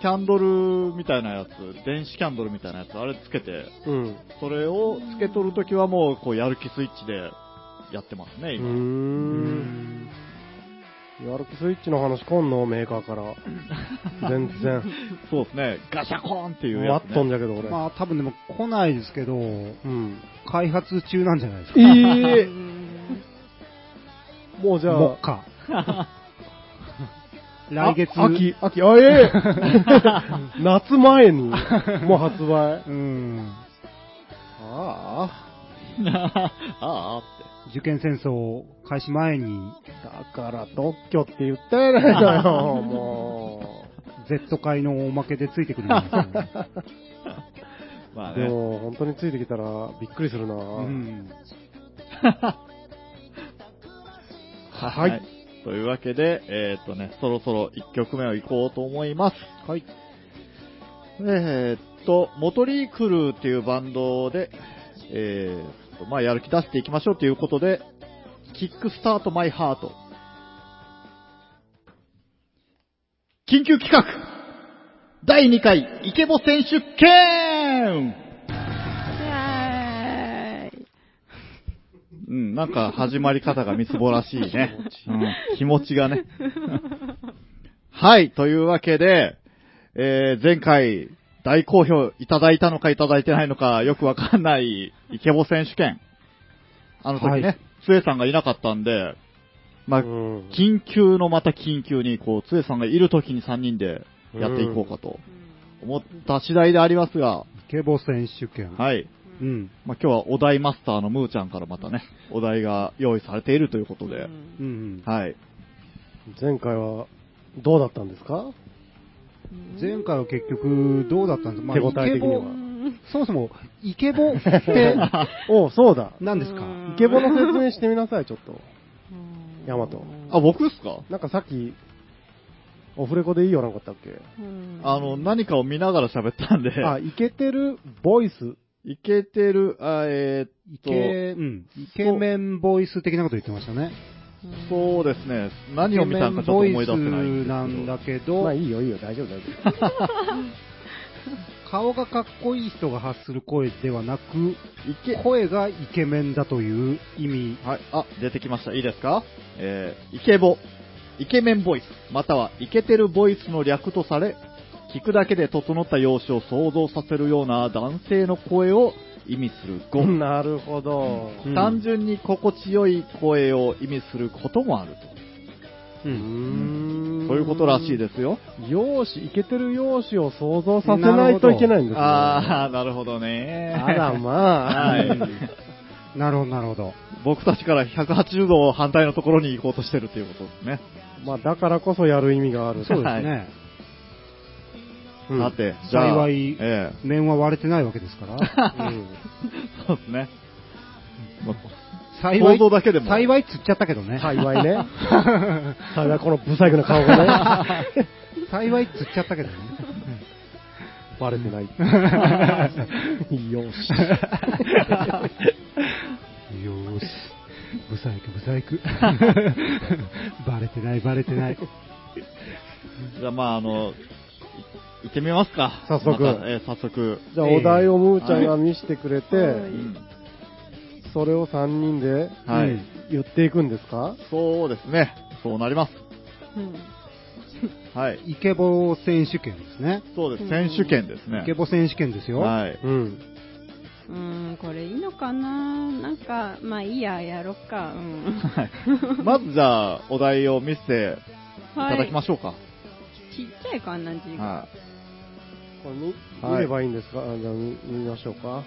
[SPEAKER 1] キャンドルみたいなやつ、電子キャンドルみたいなやつ、あれつけて、
[SPEAKER 2] うん。
[SPEAKER 1] それをつけとるときはもう、こう、やる気スイッチでやってますね、
[SPEAKER 2] う
[SPEAKER 1] 今。
[SPEAKER 2] ーん。やる気スイッチの話来んのメーカーから。 全然。
[SPEAKER 1] そうですね、ガシャコーンっていうや
[SPEAKER 2] 待
[SPEAKER 1] つ、
[SPEAKER 2] っ
[SPEAKER 1] ね。
[SPEAKER 2] とんじゃけど俺。
[SPEAKER 4] まあ多分でも来ないですけど、
[SPEAKER 2] うん。
[SPEAKER 4] 開発中なんじゃないですか。
[SPEAKER 2] え
[SPEAKER 3] う
[SPEAKER 2] え
[SPEAKER 3] ん
[SPEAKER 2] もうじゃ
[SPEAKER 4] も
[SPEAKER 2] あ
[SPEAKER 4] っ、か。
[SPEAKER 2] あ
[SPEAKER 4] 来月。
[SPEAKER 2] 秋、秋、あ、ええ夏前 に、もう発売。
[SPEAKER 4] うん。
[SPEAKER 2] ああ、
[SPEAKER 1] あ あって。
[SPEAKER 4] 受験戦争開始前に
[SPEAKER 2] だから特許って言ったやないか よ、も
[SPEAKER 4] Z 会のおまけでついてくるんですよ。
[SPEAKER 1] まあ
[SPEAKER 2] で
[SPEAKER 1] ね。
[SPEAKER 2] も本当についてきたらびっくりするな、
[SPEAKER 4] うん。
[SPEAKER 1] はい。というわけで、えーっとね、そろそろ1曲目を行こうと思います。
[SPEAKER 4] はい。
[SPEAKER 1] えーっと、モトリークルーっていうバンドで、えーっと、まあやる気出していきましょうということで、キックスタートマイハート。緊急企画第2回イケボ選手権
[SPEAKER 3] はーい。
[SPEAKER 1] うん、なんか始まり方がみすぼらしいね。うん、気持ちがね。はい、というわけで、えー前回大好評いただいたのかいただいてないのかよくわかんないイケボ選手権。あの時
[SPEAKER 4] は
[SPEAKER 1] ね
[SPEAKER 4] い、
[SPEAKER 1] つ、え、さんがいなかったんで、まあ、
[SPEAKER 2] うん
[SPEAKER 1] 緊急のまた緊急に、こう、つえさんがいる時に3人でやっていこうかと思った次第でありますが、
[SPEAKER 4] イケボ選手権。
[SPEAKER 1] はい。
[SPEAKER 4] うん。
[SPEAKER 1] まあ、今日はお題マスターのムーちゃんからまたね、お題が用意されているということで、
[SPEAKER 4] うんうん。
[SPEAKER 1] はい。
[SPEAKER 2] 前回はどうだったんですか
[SPEAKER 4] 前回は結局、どうだったんですか、
[SPEAKER 2] 手応え的には
[SPEAKER 4] イケボそもそも、イケボって
[SPEAKER 2] おうそうだ
[SPEAKER 4] 何ですか
[SPEAKER 2] イケボの説明してみなさいちょっとヤマト
[SPEAKER 1] あ、僕っすか
[SPEAKER 2] なんかさっきオフレコでいいよなんかあったっけ
[SPEAKER 1] あの、何かを見ながら喋ったんで、
[SPEAKER 2] あ、イケてるボイス。
[SPEAKER 1] いけてる、あえーっ
[SPEAKER 4] イ
[SPEAKER 1] と、
[SPEAKER 4] ケ、うん。イケメンボイス的なこと言ってましたね。
[SPEAKER 1] そうですね、何を見たんかちょっと思い出せない
[SPEAKER 4] イケメンボイスなんん
[SPEAKER 1] で
[SPEAKER 4] だ
[SPEAKER 1] す
[SPEAKER 4] け
[SPEAKER 2] まあ
[SPEAKER 4] ど、
[SPEAKER 2] いいよいいよ、大丈夫大丈
[SPEAKER 4] 顔がかっこいい人が発する声ではなく、
[SPEAKER 1] けど、い
[SPEAKER 4] 声がイケメンだという意味。
[SPEAKER 1] け、はい、あ、出てきました、いいですかえー、イケボ、イケメンボイス、またはイケてるボイスの略とされ、聞くだけで整った容姿を想像させるような男性の声を意味する語。
[SPEAKER 2] 夫。なるほど。
[SPEAKER 4] うん
[SPEAKER 1] 単純に心地よい声を意味することもある
[SPEAKER 4] う
[SPEAKER 2] うー
[SPEAKER 4] ん。
[SPEAKER 2] ん
[SPEAKER 1] と。そういうことらしいですよ。
[SPEAKER 2] す。容姿、イケてる容姿を想像させないといけないんですね
[SPEAKER 1] あー、なるほどね。
[SPEAKER 2] あらまあ。
[SPEAKER 1] はい。
[SPEAKER 4] なるほど、なるほど。
[SPEAKER 1] 僕たちから180度反対のところに行こうとしてるということですね。
[SPEAKER 2] まあだからこそやる意味がある。
[SPEAKER 4] そうです
[SPEAKER 1] はい
[SPEAKER 4] ね。うん
[SPEAKER 1] さて、じゃあ、
[SPEAKER 4] 幸い
[SPEAKER 1] ええ
[SPEAKER 4] 面は割れてないわけですから。
[SPEAKER 2] うん
[SPEAKER 1] そうですね。ま
[SPEAKER 4] 幸い
[SPEAKER 1] 想像だけでも
[SPEAKER 4] 幸いつっちゃったけどね。
[SPEAKER 2] 幸いね。幸いこの不細工な顔が ね。
[SPEAKER 4] 幸いつっちゃったけどね。
[SPEAKER 2] バレてない。 容姿。
[SPEAKER 4] よーし。ブサイク、ブサイク。 バレてない、バレてない。
[SPEAKER 1] じゃあ、まあ、あの、い行ってみますか。
[SPEAKER 2] 早速
[SPEAKER 1] またええ早速。
[SPEAKER 2] じゃあお題をむーちゃんが見せてくれて、
[SPEAKER 3] は
[SPEAKER 1] う
[SPEAKER 3] い
[SPEAKER 1] ん
[SPEAKER 2] それを3人で
[SPEAKER 1] はい、
[SPEAKER 4] うん
[SPEAKER 2] 言っていくんですか
[SPEAKER 1] そうですね。そうなります。
[SPEAKER 3] うん
[SPEAKER 1] はい。
[SPEAKER 4] イケボ選手権ですね。
[SPEAKER 1] そうです。
[SPEAKER 3] うん
[SPEAKER 1] 選手権ですね
[SPEAKER 4] イケ。ボ選手権ですよ。
[SPEAKER 1] はい。
[SPEAKER 2] うん。
[SPEAKER 3] うーん、これいいのかななんか、まあいいや、やろっか。うん。
[SPEAKER 1] はいまずじゃあ、お題を見せていただきましょうか。
[SPEAKER 3] ちっちゃいかな、字が。
[SPEAKER 1] は
[SPEAKER 2] これ見
[SPEAKER 1] はい
[SPEAKER 2] 見ればいいんですか、あじゃあ見見ましょうか。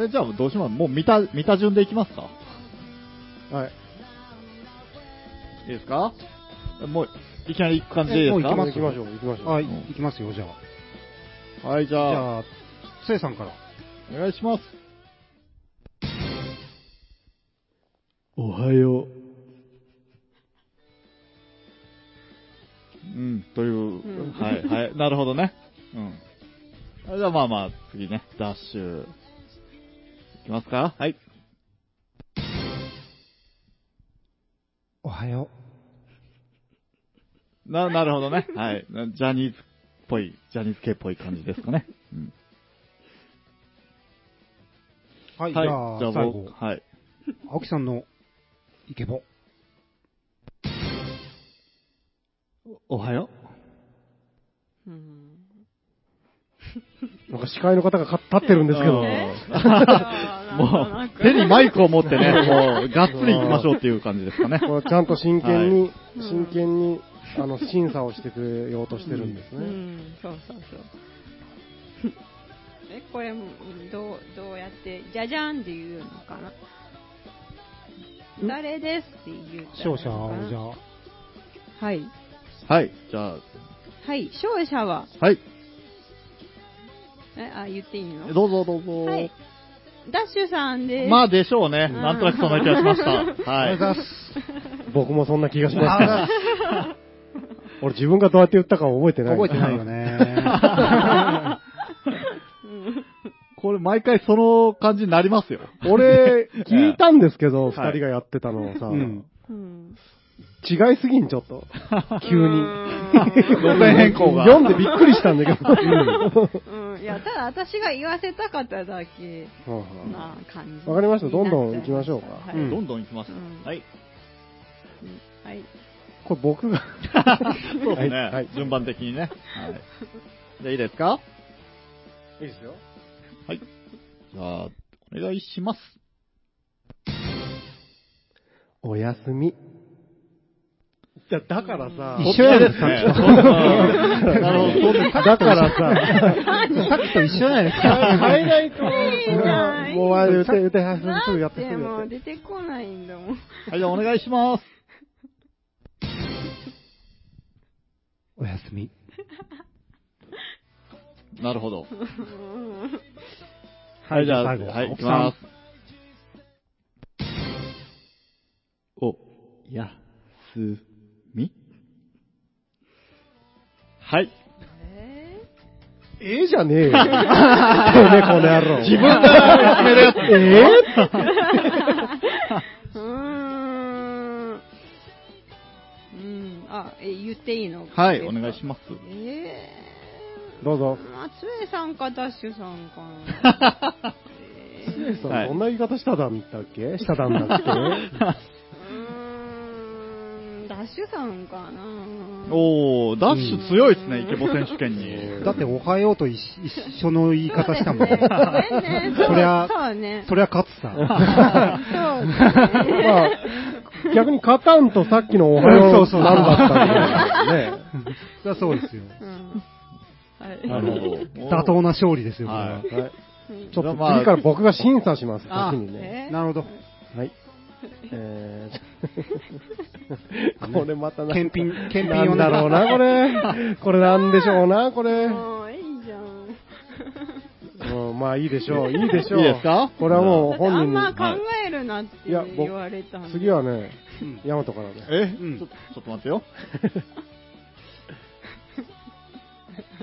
[SPEAKER 1] い。えじゃあ、どうしますもう見た、見た順でいきますか
[SPEAKER 2] はい。
[SPEAKER 1] いいですかもう、いきなり行く感じでいい
[SPEAKER 4] え
[SPEAKER 1] で
[SPEAKER 4] もう
[SPEAKER 1] す
[SPEAKER 4] 行
[SPEAKER 1] か
[SPEAKER 4] きま
[SPEAKER 2] 行きま
[SPEAKER 4] す
[SPEAKER 2] しょう、行きましょう。
[SPEAKER 4] はい、
[SPEAKER 1] うん
[SPEAKER 4] いきますよ、じゃあ。
[SPEAKER 1] はい、じ
[SPEAKER 4] じ
[SPEAKER 1] ゃあ、
[SPEAKER 4] ゃあ、せいさんから。
[SPEAKER 1] お願いします。
[SPEAKER 2] おはよう。
[SPEAKER 1] うん、という、
[SPEAKER 3] うん
[SPEAKER 1] はい、はい、なるほどね。うん。じゃあ、まあまあ、次ね、ダッシュ。いきますかはい。
[SPEAKER 4] おはよ
[SPEAKER 1] な、なるほどね。はい。なジャニーズっぽい、ジャニーズ系っぽい感じですかね。うん
[SPEAKER 4] う。はい、
[SPEAKER 1] はい。
[SPEAKER 4] じゃあ、
[SPEAKER 1] じゃあ、
[SPEAKER 4] 最
[SPEAKER 1] 僕、
[SPEAKER 4] 後、
[SPEAKER 1] はい。
[SPEAKER 4] 青木さんのイケボ。
[SPEAKER 1] おはよ
[SPEAKER 3] うん。
[SPEAKER 2] なんか司会の方がか立ってるんですけど、
[SPEAKER 1] えも
[SPEAKER 3] も
[SPEAKER 1] う、手にマイクを持って ね、もう、がっつり行きましょうっていう感じですかね。
[SPEAKER 2] これちゃんと真剣に、
[SPEAKER 3] はい
[SPEAKER 2] 真剣に、あの、審査をしてくれようとしてるんです
[SPEAKER 3] う
[SPEAKER 2] ね。
[SPEAKER 3] ん、そうそうそう。 え、これ、どう、どうやって、じゃじゃんって言うのかな誰ですって言うたらいい
[SPEAKER 4] 勝
[SPEAKER 3] のか
[SPEAKER 4] 者を、
[SPEAKER 3] な
[SPEAKER 4] じゃあ、
[SPEAKER 3] はい。
[SPEAKER 1] はい。じゃあ、
[SPEAKER 3] はい、勝者は、
[SPEAKER 1] はい。
[SPEAKER 3] え、あ、言っていいの
[SPEAKER 1] どうぞどうぞ。
[SPEAKER 3] はい。ダッシュさんです。
[SPEAKER 1] まあでしょうね。なんとなくそんな気がしました。
[SPEAKER 4] あ
[SPEAKER 1] は
[SPEAKER 4] り
[SPEAKER 1] い。
[SPEAKER 4] がとうございます。
[SPEAKER 2] 僕もそんな気がしました。
[SPEAKER 4] あ
[SPEAKER 2] 俺自分がどうやって言ったか覚えて
[SPEAKER 4] ー
[SPEAKER 2] ない。
[SPEAKER 4] 覚えてないよ
[SPEAKER 2] ね。
[SPEAKER 4] ね。
[SPEAKER 1] これ毎回その感じになりますよ。
[SPEAKER 2] 俺、聞いたんですけど、二
[SPEAKER 1] はい
[SPEAKER 2] 人がやってたのをさ、
[SPEAKER 4] うん
[SPEAKER 3] うん、
[SPEAKER 2] 違いすぎん、ちょっと。急
[SPEAKER 3] う
[SPEAKER 2] に。
[SPEAKER 1] 路
[SPEAKER 3] ーん
[SPEAKER 1] 線変更が。
[SPEAKER 2] 読んでびっくりしたんだけど。
[SPEAKER 3] うん、いや、ただ私が言わせたかっただけ
[SPEAKER 2] うん
[SPEAKER 3] な感じ。
[SPEAKER 2] わかりましたどんどん行きましょうか
[SPEAKER 3] は
[SPEAKER 2] う
[SPEAKER 3] い。
[SPEAKER 1] どんどん行きます。
[SPEAKER 3] うん
[SPEAKER 1] はい。
[SPEAKER 3] はい。
[SPEAKER 2] これ僕が。
[SPEAKER 1] そうですね。
[SPEAKER 2] はいはい
[SPEAKER 1] 順番的にね。はい。じゃあいいですか
[SPEAKER 2] いいですよ。
[SPEAKER 1] じゃあ、お願いします。
[SPEAKER 2] おやすみ。いや、だからさ
[SPEAKER 4] 一緒やでさっきと。
[SPEAKER 1] なるほど。
[SPEAKER 2] だからさ、
[SPEAKER 4] さっきと一緒じゃないです
[SPEAKER 2] 変
[SPEAKER 4] か。
[SPEAKER 2] えないと、
[SPEAKER 3] いいな
[SPEAKER 2] もうあれ、歌、歌、は
[SPEAKER 3] だ
[SPEAKER 2] すぐやっ、
[SPEAKER 3] って
[SPEAKER 2] す
[SPEAKER 3] て
[SPEAKER 2] ぐ
[SPEAKER 3] も
[SPEAKER 2] やっ
[SPEAKER 3] う
[SPEAKER 2] て。
[SPEAKER 3] 出てこないんだもん。
[SPEAKER 1] はい、じゃあお願いします。
[SPEAKER 4] おやすみ。
[SPEAKER 1] なる ほど。
[SPEAKER 3] うん
[SPEAKER 1] はい、じゃあ、は
[SPEAKER 4] 最
[SPEAKER 1] い、行
[SPEAKER 4] 後
[SPEAKER 1] き
[SPEAKER 4] 奥さ
[SPEAKER 1] ま
[SPEAKER 4] ん
[SPEAKER 1] す。お、や、す、みはい。
[SPEAKER 3] え
[SPEAKER 2] ええじゃねえよ。 てめえ、この野郎。
[SPEAKER 1] 自分が決めるやつ。
[SPEAKER 3] ーうーん。うん。あ、え、言っていいの
[SPEAKER 1] はい、お願いします。
[SPEAKER 3] えー。
[SPEAKER 2] どうぞ。
[SPEAKER 3] まあ、つえさんかダッシュさんかな。えー
[SPEAKER 2] そ
[SPEAKER 1] は
[SPEAKER 2] う
[SPEAKER 1] い
[SPEAKER 2] どんな言い方しただんだっけしただんだっけ
[SPEAKER 3] うーんダッシュさんかな。
[SPEAKER 1] おー、ダッシュ強いですね、イケボ選手権に。
[SPEAKER 4] だって、おはようと一一緒の言い方した もん
[SPEAKER 3] そう。ですねごめんね。
[SPEAKER 4] そりゃ
[SPEAKER 3] そうそうね。
[SPEAKER 4] そりゃ勝つさ。
[SPEAKER 3] そうですね。
[SPEAKER 2] まあ、逆に勝たんとさっきのおはよ
[SPEAKER 4] そううそう
[SPEAKER 2] なんだったん
[SPEAKER 4] そりゃそうですよ。
[SPEAKER 3] うんはい。
[SPEAKER 1] なるほど。
[SPEAKER 4] 妥当な勝利ですよ、これ
[SPEAKER 1] は。
[SPEAKER 4] はい
[SPEAKER 2] だよね。はい
[SPEAKER 3] うん
[SPEAKER 2] ちょっと次から僕が審査します、先にね。
[SPEAKER 3] えー
[SPEAKER 4] なるほど。
[SPEAKER 2] はい。え ー、これまたな、
[SPEAKER 4] 検品、検
[SPEAKER 2] な
[SPEAKER 4] 品を
[SPEAKER 2] んだろうな、これ。これなんでしょうな、これ。
[SPEAKER 3] もういいじゃん。
[SPEAKER 2] うん、まあいいでしょう、いいでしょう。
[SPEAKER 1] いいですか
[SPEAKER 2] これはもう
[SPEAKER 3] だってあ
[SPEAKER 2] 本
[SPEAKER 3] んま
[SPEAKER 2] 人
[SPEAKER 3] 考えるなって
[SPEAKER 2] いや僕
[SPEAKER 3] 言われたんで
[SPEAKER 2] に。次。はね
[SPEAKER 4] うん、
[SPEAKER 2] ヤマトからね。
[SPEAKER 1] え、
[SPEAKER 4] うん
[SPEAKER 1] ちょちょっと待ってよ。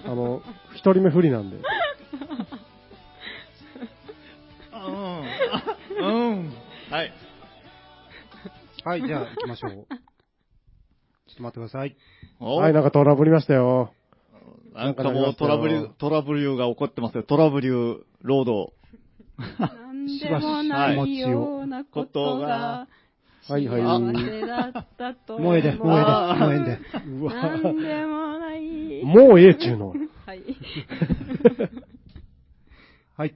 [SPEAKER 2] あの、一人目不利なんで。
[SPEAKER 1] うん。うん。はい。
[SPEAKER 4] はい、じゃあ行きましょう。ちょっと待ってください。
[SPEAKER 1] お
[SPEAKER 2] はい、なんかトラブりましたよ。
[SPEAKER 1] なんかもうトラブル、トラブルが起こってますよ。トラブルロード。
[SPEAKER 3] なんでもないようなことが。
[SPEAKER 2] はいはい
[SPEAKER 3] 幸せだったと思う。
[SPEAKER 4] 萌えで、萌えで、
[SPEAKER 1] あー
[SPEAKER 4] 萌えで。
[SPEAKER 2] う
[SPEAKER 3] な
[SPEAKER 2] わ
[SPEAKER 3] んでもない。
[SPEAKER 2] もうええっちゅうの。
[SPEAKER 3] はい。
[SPEAKER 4] はい。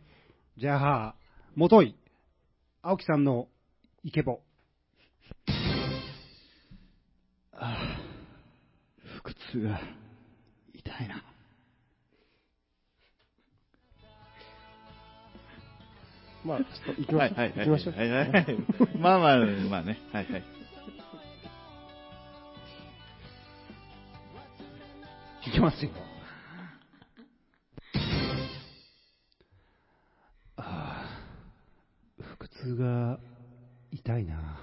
[SPEAKER 4] じゃあ、もとい、青木さんのイケボ。
[SPEAKER 1] 腹痛が痛いな。
[SPEAKER 2] まあ、ちょっと行き
[SPEAKER 1] は
[SPEAKER 2] ま
[SPEAKER 1] い
[SPEAKER 2] しょう。
[SPEAKER 1] はいはい。
[SPEAKER 2] 行きましょう。
[SPEAKER 1] はいはい。まあまあ、まあね。はいはい。
[SPEAKER 4] いきますよ。ああ、腹痛が痛いな。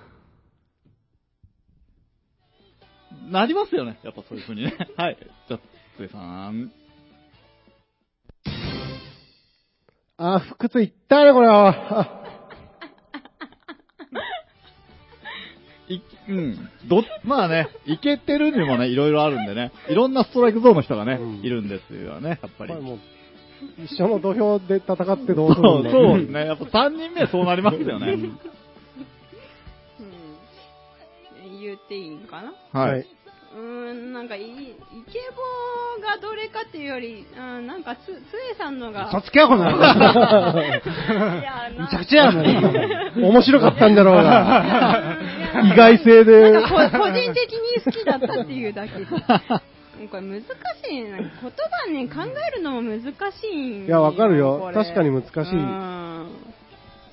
[SPEAKER 1] なりますよね。やっぱそういう風に ね。はい。じゃあ、つえさん。
[SPEAKER 2] あー、腹痛いったね、これは。
[SPEAKER 1] い、うん。ど、まあね、いけてるにもね、いろいろあるんでね。いろんなストライクゾーンの人がね、
[SPEAKER 2] うん
[SPEAKER 1] いるんですよね、やっぱり
[SPEAKER 2] まあ。もう一緒の土俵で戦ってど
[SPEAKER 1] そうう、
[SPEAKER 2] するんだ
[SPEAKER 1] そうですね。やっぱ3人目そうなりますよね。
[SPEAKER 3] うん言っていいんかな
[SPEAKER 1] は
[SPEAKER 2] はいい。。
[SPEAKER 3] うーん、なんかい、イケボがどれかっていうより、うん、なんかつ、つえさんのが、
[SPEAKER 4] 嘘つけよ、この野郎
[SPEAKER 3] いや、な
[SPEAKER 4] むちゃくちゃやもん。
[SPEAKER 2] 面白かったんだろう が。
[SPEAKER 3] うん
[SPEAKER 2] 意外性で。
[SPEAKER 3] なんかこ個人的に好きだったっていうだ けで。これ難しいな。言葉ね、考えるのも難しいんよ
[SPEAKER 2] いやわかるよ
[SPEAKER 3] これ
[SPEAKER 2] 確かに難しい
[SPEAKER 3] うん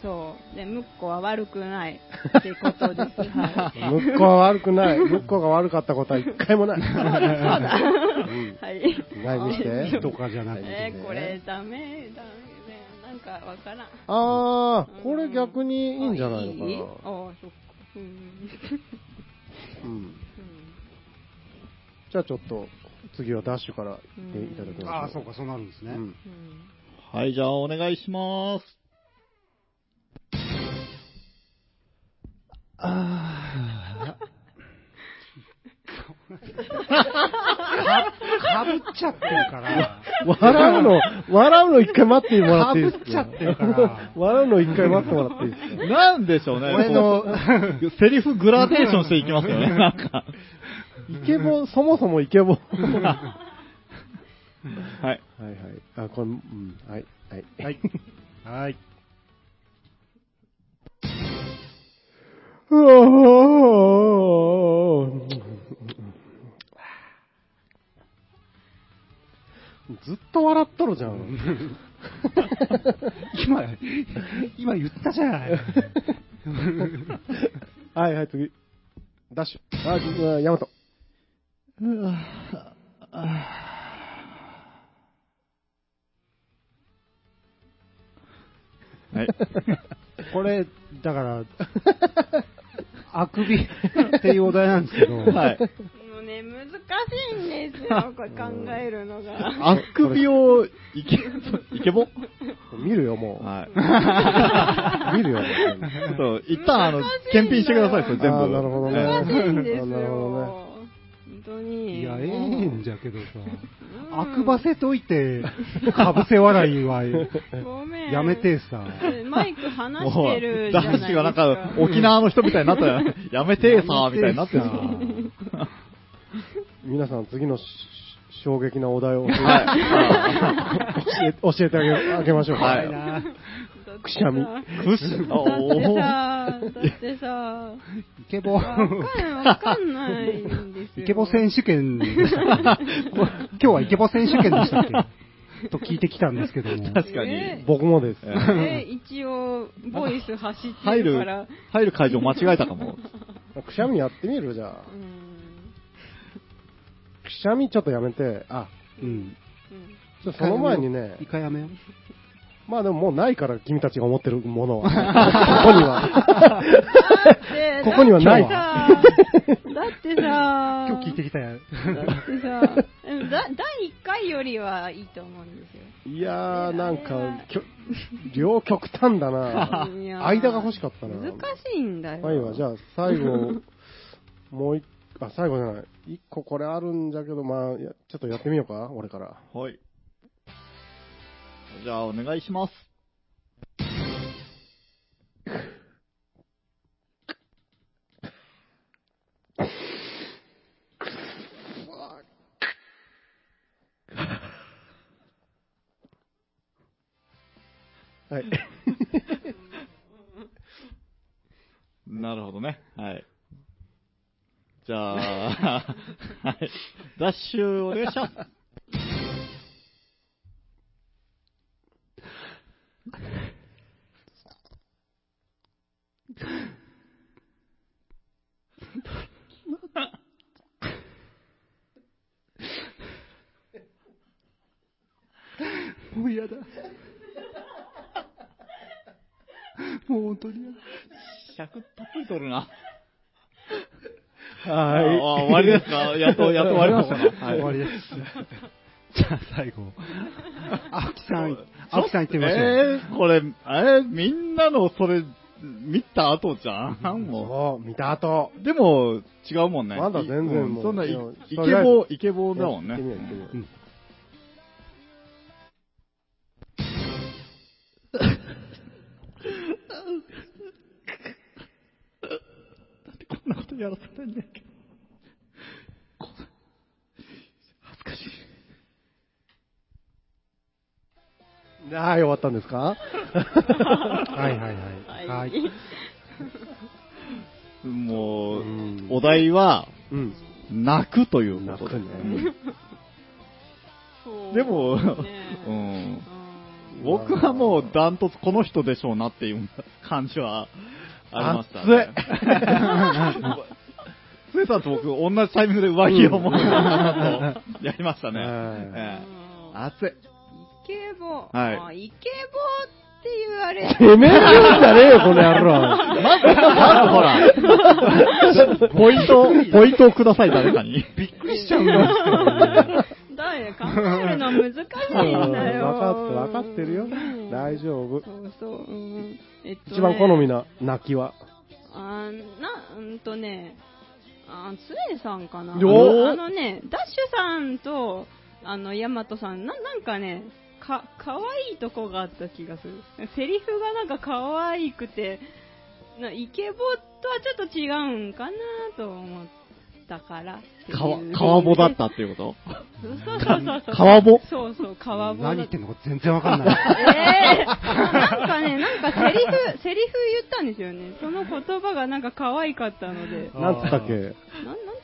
[SPEAKER 3] そう。で、ムッコは悪くないってことです。はい。
[SPEAKER 2] 向こうは悪くない。向こうが悪かったことは一回もない。
[SPEAKER 3] はい。り。
[SPEAKER 2] ライブして
[SPEAKER 4] とかじゃなくて、
[SPEAKER 3] え
[SPEAKER 4] ね。
[SPEAKER 3] ー、これダメ、ダメだよ。なんかわからん。
[SPEAKER 2] あー、これ逆にいいんじゃないのか
[SPEAKER 3] あいい
[SPEAKER 2] な
[SPEAKER 3] あ。ー、そっか。うん。
[SPEAKER 2] うん
[SPEAKER 3] うん
[SPEAKER 2] じゃあちょっと、次はダッシュからいっていただきます。
[SPEAKER 4] ああ、そうか、そうなるんですね。
[SPEAKER 2] うん。
[SPEAKER 3] うん
[SPEAKER 1] はい、じゃあお願いします。あ
[SPEAKER 4] かぶっちゃってる から。
[SPEAKER 2] 笑うの、笑うの一回待ってもら
[SPEAKER 4] か
[SPEAKER 2] ってい
[SPEAKER 4] ぶ
[SPEAKER 2] い
[SPEAKER 4] っ
[SPEAKER 2] です
[SPEAKER 4] ちゃ
[SPEAKER 2] か
[SPEAKER 4] ってる から。
[SPEAKER 2] 笑うの一回待ってもらっていいですか
[SPEAKER 1] ーなんでしょうね。
[SPEAKER 4] 俺 の
[SPEAKER 1] こ、うセリフグラデーションしていきますよね、なん か。
[SPEAKER 2] イケボ、そもそもイケボ。
[SPEAKER 1] はい。
[SPEAKER 2] はいはい。あ、これ、うん、はい、はい。
[SPEAKER 4] はい。はい。
[SPEAKER 2] うおーずっと笑っとるじゃん。
[SPEAKER 4] 今、今言ったじゃない。
[SPEAKER 2] はいはい、次。ダッシュ。あ、うわヤマト。
[SPEAKER 1] はい。
[SPEAKER 4] これ、だから、あくびっていうお題なんですけど、
[SPEAKER 1] はい。
[SPEAKER 3] もうね、難しいんですよ、これ考えるのが。
[SPEAKER 1] あくびを、いけ、いけぼ
[SPEAKER 2] 見るよ、も
[SPEAKER 1] はい。
[SPEAKER 2] う。見るよ。もう
[SPEAKER 1] ちょっと、一旦、あの、検品してください、それ全部。
[SPEAKER 2] あーなるほどね
[SPEAKER 1] は
[SPEAKER 3] 難
[SPEAKER 1] い
[SPEAKER 3] しいんですよ。
[SPEAKER 2] あなるほどね
[SPEAKER 3] 本当に。
[SPEAKER 4] いや、ええんじゃけどさ、
[SPEAKER 3] うん
[SPEAKER 4] あくばせといて、かぶせ笑いは
[SPEAKER 3] ごめん。
[SPEAKER 4] やめてさ、
[SPEAKER 3] マイク離し
[SPEAKER 1] も
[SPEAKER 3] て
[SPEAKER 1] う、
[SPEAKER 3] るじゃ
[SPEAKER 1] 男
[SPEAKER 3] ないです
[SPEAKER 1] 子
[SPEAKER 3] か。
[SPEAKER 1] がなんか、沖縄の人みたいになったら、 やめてーさーみたいになってる
[SPEAKER 4] やめてー
[SPEAKER 2] 皆さん、次のし衝撃なお題を教え て教えてあげあげましょうか。
[SPEAKER 1] は
[SPEAKER 4] 怖いな
[SPEAKER 3] だってさ
[SPEAKER 2] くしゃみ
[SPEAKER 3] だ
[SPEAKER 1] くし、あ
[SPEAKER 3] ってさ、
[SPEAKER 1] お
[SPEAKER 3] だってさ、わ
[SPEAKER 4] イケボ、
[SPEAKER 3] かんない、わかんないんですよ。
[SPEAKER 4] イケボ選手権でしたっけ今日はイケボ選手権でしたっけと聞いてきたんですけども、
[SPEAKER 1] 確かに。
[SPEAKER 3] え
[SPEAKER 2] 僕もです。
[SPEAKER 3] え、一応、ボイス走って
[SPEAKER 1] 入
[SPEAKER 3] るから
[SPEAKER 1] る。、入る会場間違えたかも。
[SPEAKER 2] くしゃみやってみるじゃあ
[SPEAKER 3] う。ん。
[SPEAKER 2] くしゃみちょっとやめて、あ、
[SPEAKER 4] うん、
[SPEAKER 3] うん
[SPEAKER 2] ちょっとその前にね
[SPEAKER 4] 一、回やめよう。
[SPEAKER 2] まあでももうないから君たちが思ってるもの は、ここには。
[SPEAKER 3] だって
[SPEAKER 2] ここにはない
[SPEAKER 3] だってさ、だってさ、
[SPEAKER 4] 今日聞いてきたや
[SPEAKER 3] だってさ、うんだ第1回よりはいいと思うんですよ。
[SPEAKER 2] いやー、なんか、きょ両極端だな
[SPEAKER 3] いやー
[SPEAKER 2] 間が欲しかったな。
[SPEAKER 3] 難しいんだよ。
[SPEAKER 2] はいわ、じゃあ最後、 もう一、あ、最後じゃない。一個これあるんじゃけど、まあ、やちょっとやってみようか、俺から。
[SPEAKER 1] はい。じゃあ、お願いします。
[SPEAKER 2] はい。
[SPEAKER 1] なるほどね。はい。じゃあ、 はい。ダッシュ、お願いします。
[SPEAKER 4] もう嫌だ。もう本当に嫌
[SPEAKER 1] 100
[SPEAKER 4] だ。
[SPEAKER 1] たっぷり取るな。あ
[SPEAKER 2] は
[SPEAKER 1] あ終わりですかやっ と、やっと終わりましたね。
[SPEAKER 4] 終わりです。じゃあ最後、青木さん、青木さん行ってみましょう。
[SPEAKER 1] えー、これ、えー、みんなのそれ、見た後じゃんも
[SPEAKER 2] もう、見た後。
[SPEAKER 1] う。でも、違うもんね。
[SPEAKER 2] まだ全然
[SPEAKER 1] い
[SPEAKER 2] もう
[SPEAKER 1] そんな、い
[SPEAKER 2] もう
[SPEAKER 1] イケボ、イケボだもん
[SPEAKER 2] やってみ
[SPEAKER 1] ね。
[SPEAKER 2] ようやってみよう
[SPEAKER 4] うん
[SPEAKER 1] こんなことやらせたいんだけど。こんな恥ずかしい。
[SPEAKER 2] はい、終わったんですか
[SPEAKER 4] はいはいは。
[SPEAKER 3] はいい。
[SPEAKER 4] はい。
[SPEAKER 1] もう、
[SPEAKER 2] うん
[SPEAKER 1] お題は、
[SPEAKER 2] うん。
[SPEAKER 1] 泣くという
[SPEAKER 2] 泣
[SPEAKER 1] こと
[SPEAKER 2] く
[SPEAKER 1] で。
[SPEAKER 2] ね。
[SPEAKER 3] そう
[SPEAKER 1] でも、
[SPEAKER 3] ね
[SPEAKER 1] うん。
[SPEAKER 3] うん
[SPEAKER 1] 僕はもうダントツこの人でしょうなって いう感じはありましたね。さんと僕、同じタイミングで上着をもう、やりましたね。ええ暑い。
[SPEAKER 3] イケボ。
[SPEAKER 1] はい
[SPEAKER 3] あイケボって言われ
[SPEAKER 2] てめえるんじゃねえよ、この野郎。
[SPEAKER 1] まず、まずほら、ポイント、ポイントをください、誰かに。
[SPEAKER 4] びっくりしちゃうんですけどね。
[SPEAKER 3] だよね、考えるの難しい んだよ。
[SPEAKER 2] わかって、わかってるよ。大丈夫。
[SPEAKER 3] そうそう、うん。えっとね
[SPEAKER 2] 一番好みな泣きは。
[SPEAKER 3] あーな、うんとね、あー、スエさんかな。あ
[SPEAKER 1] よー
[SPEAKER 3] のあのね、ダッシュさんと、あの、ヤマトさん、な、なんかね、か、可愛いとこがあった気がする。セリフがなんか可愛くて、な、イケボとはちょっと違うんかなと思ったから。
[SPEAKER 1] かわ、川ぼだっ。たっていうこ
[SPEAKER 3] そうそうそうそ
[SPEAKER 1] と
[SPEAKER 3] う。
[SPEAKER 1] 川ぼ
[SPEAKER 3] そうそう、川ぼだ
[SPEAKER 4] 何
[SPEAKER 3] った
[SPEAKER 4] 言ってんのか全然わかんない。
[SPEAKER 3] ええなんか ね、なんかセリフ、セリフ言ったんですよね。その言葉がなんか可愛かったので。
[SPEAKER 2] なんつったっけ
[SPEAKER 3] なん、なんて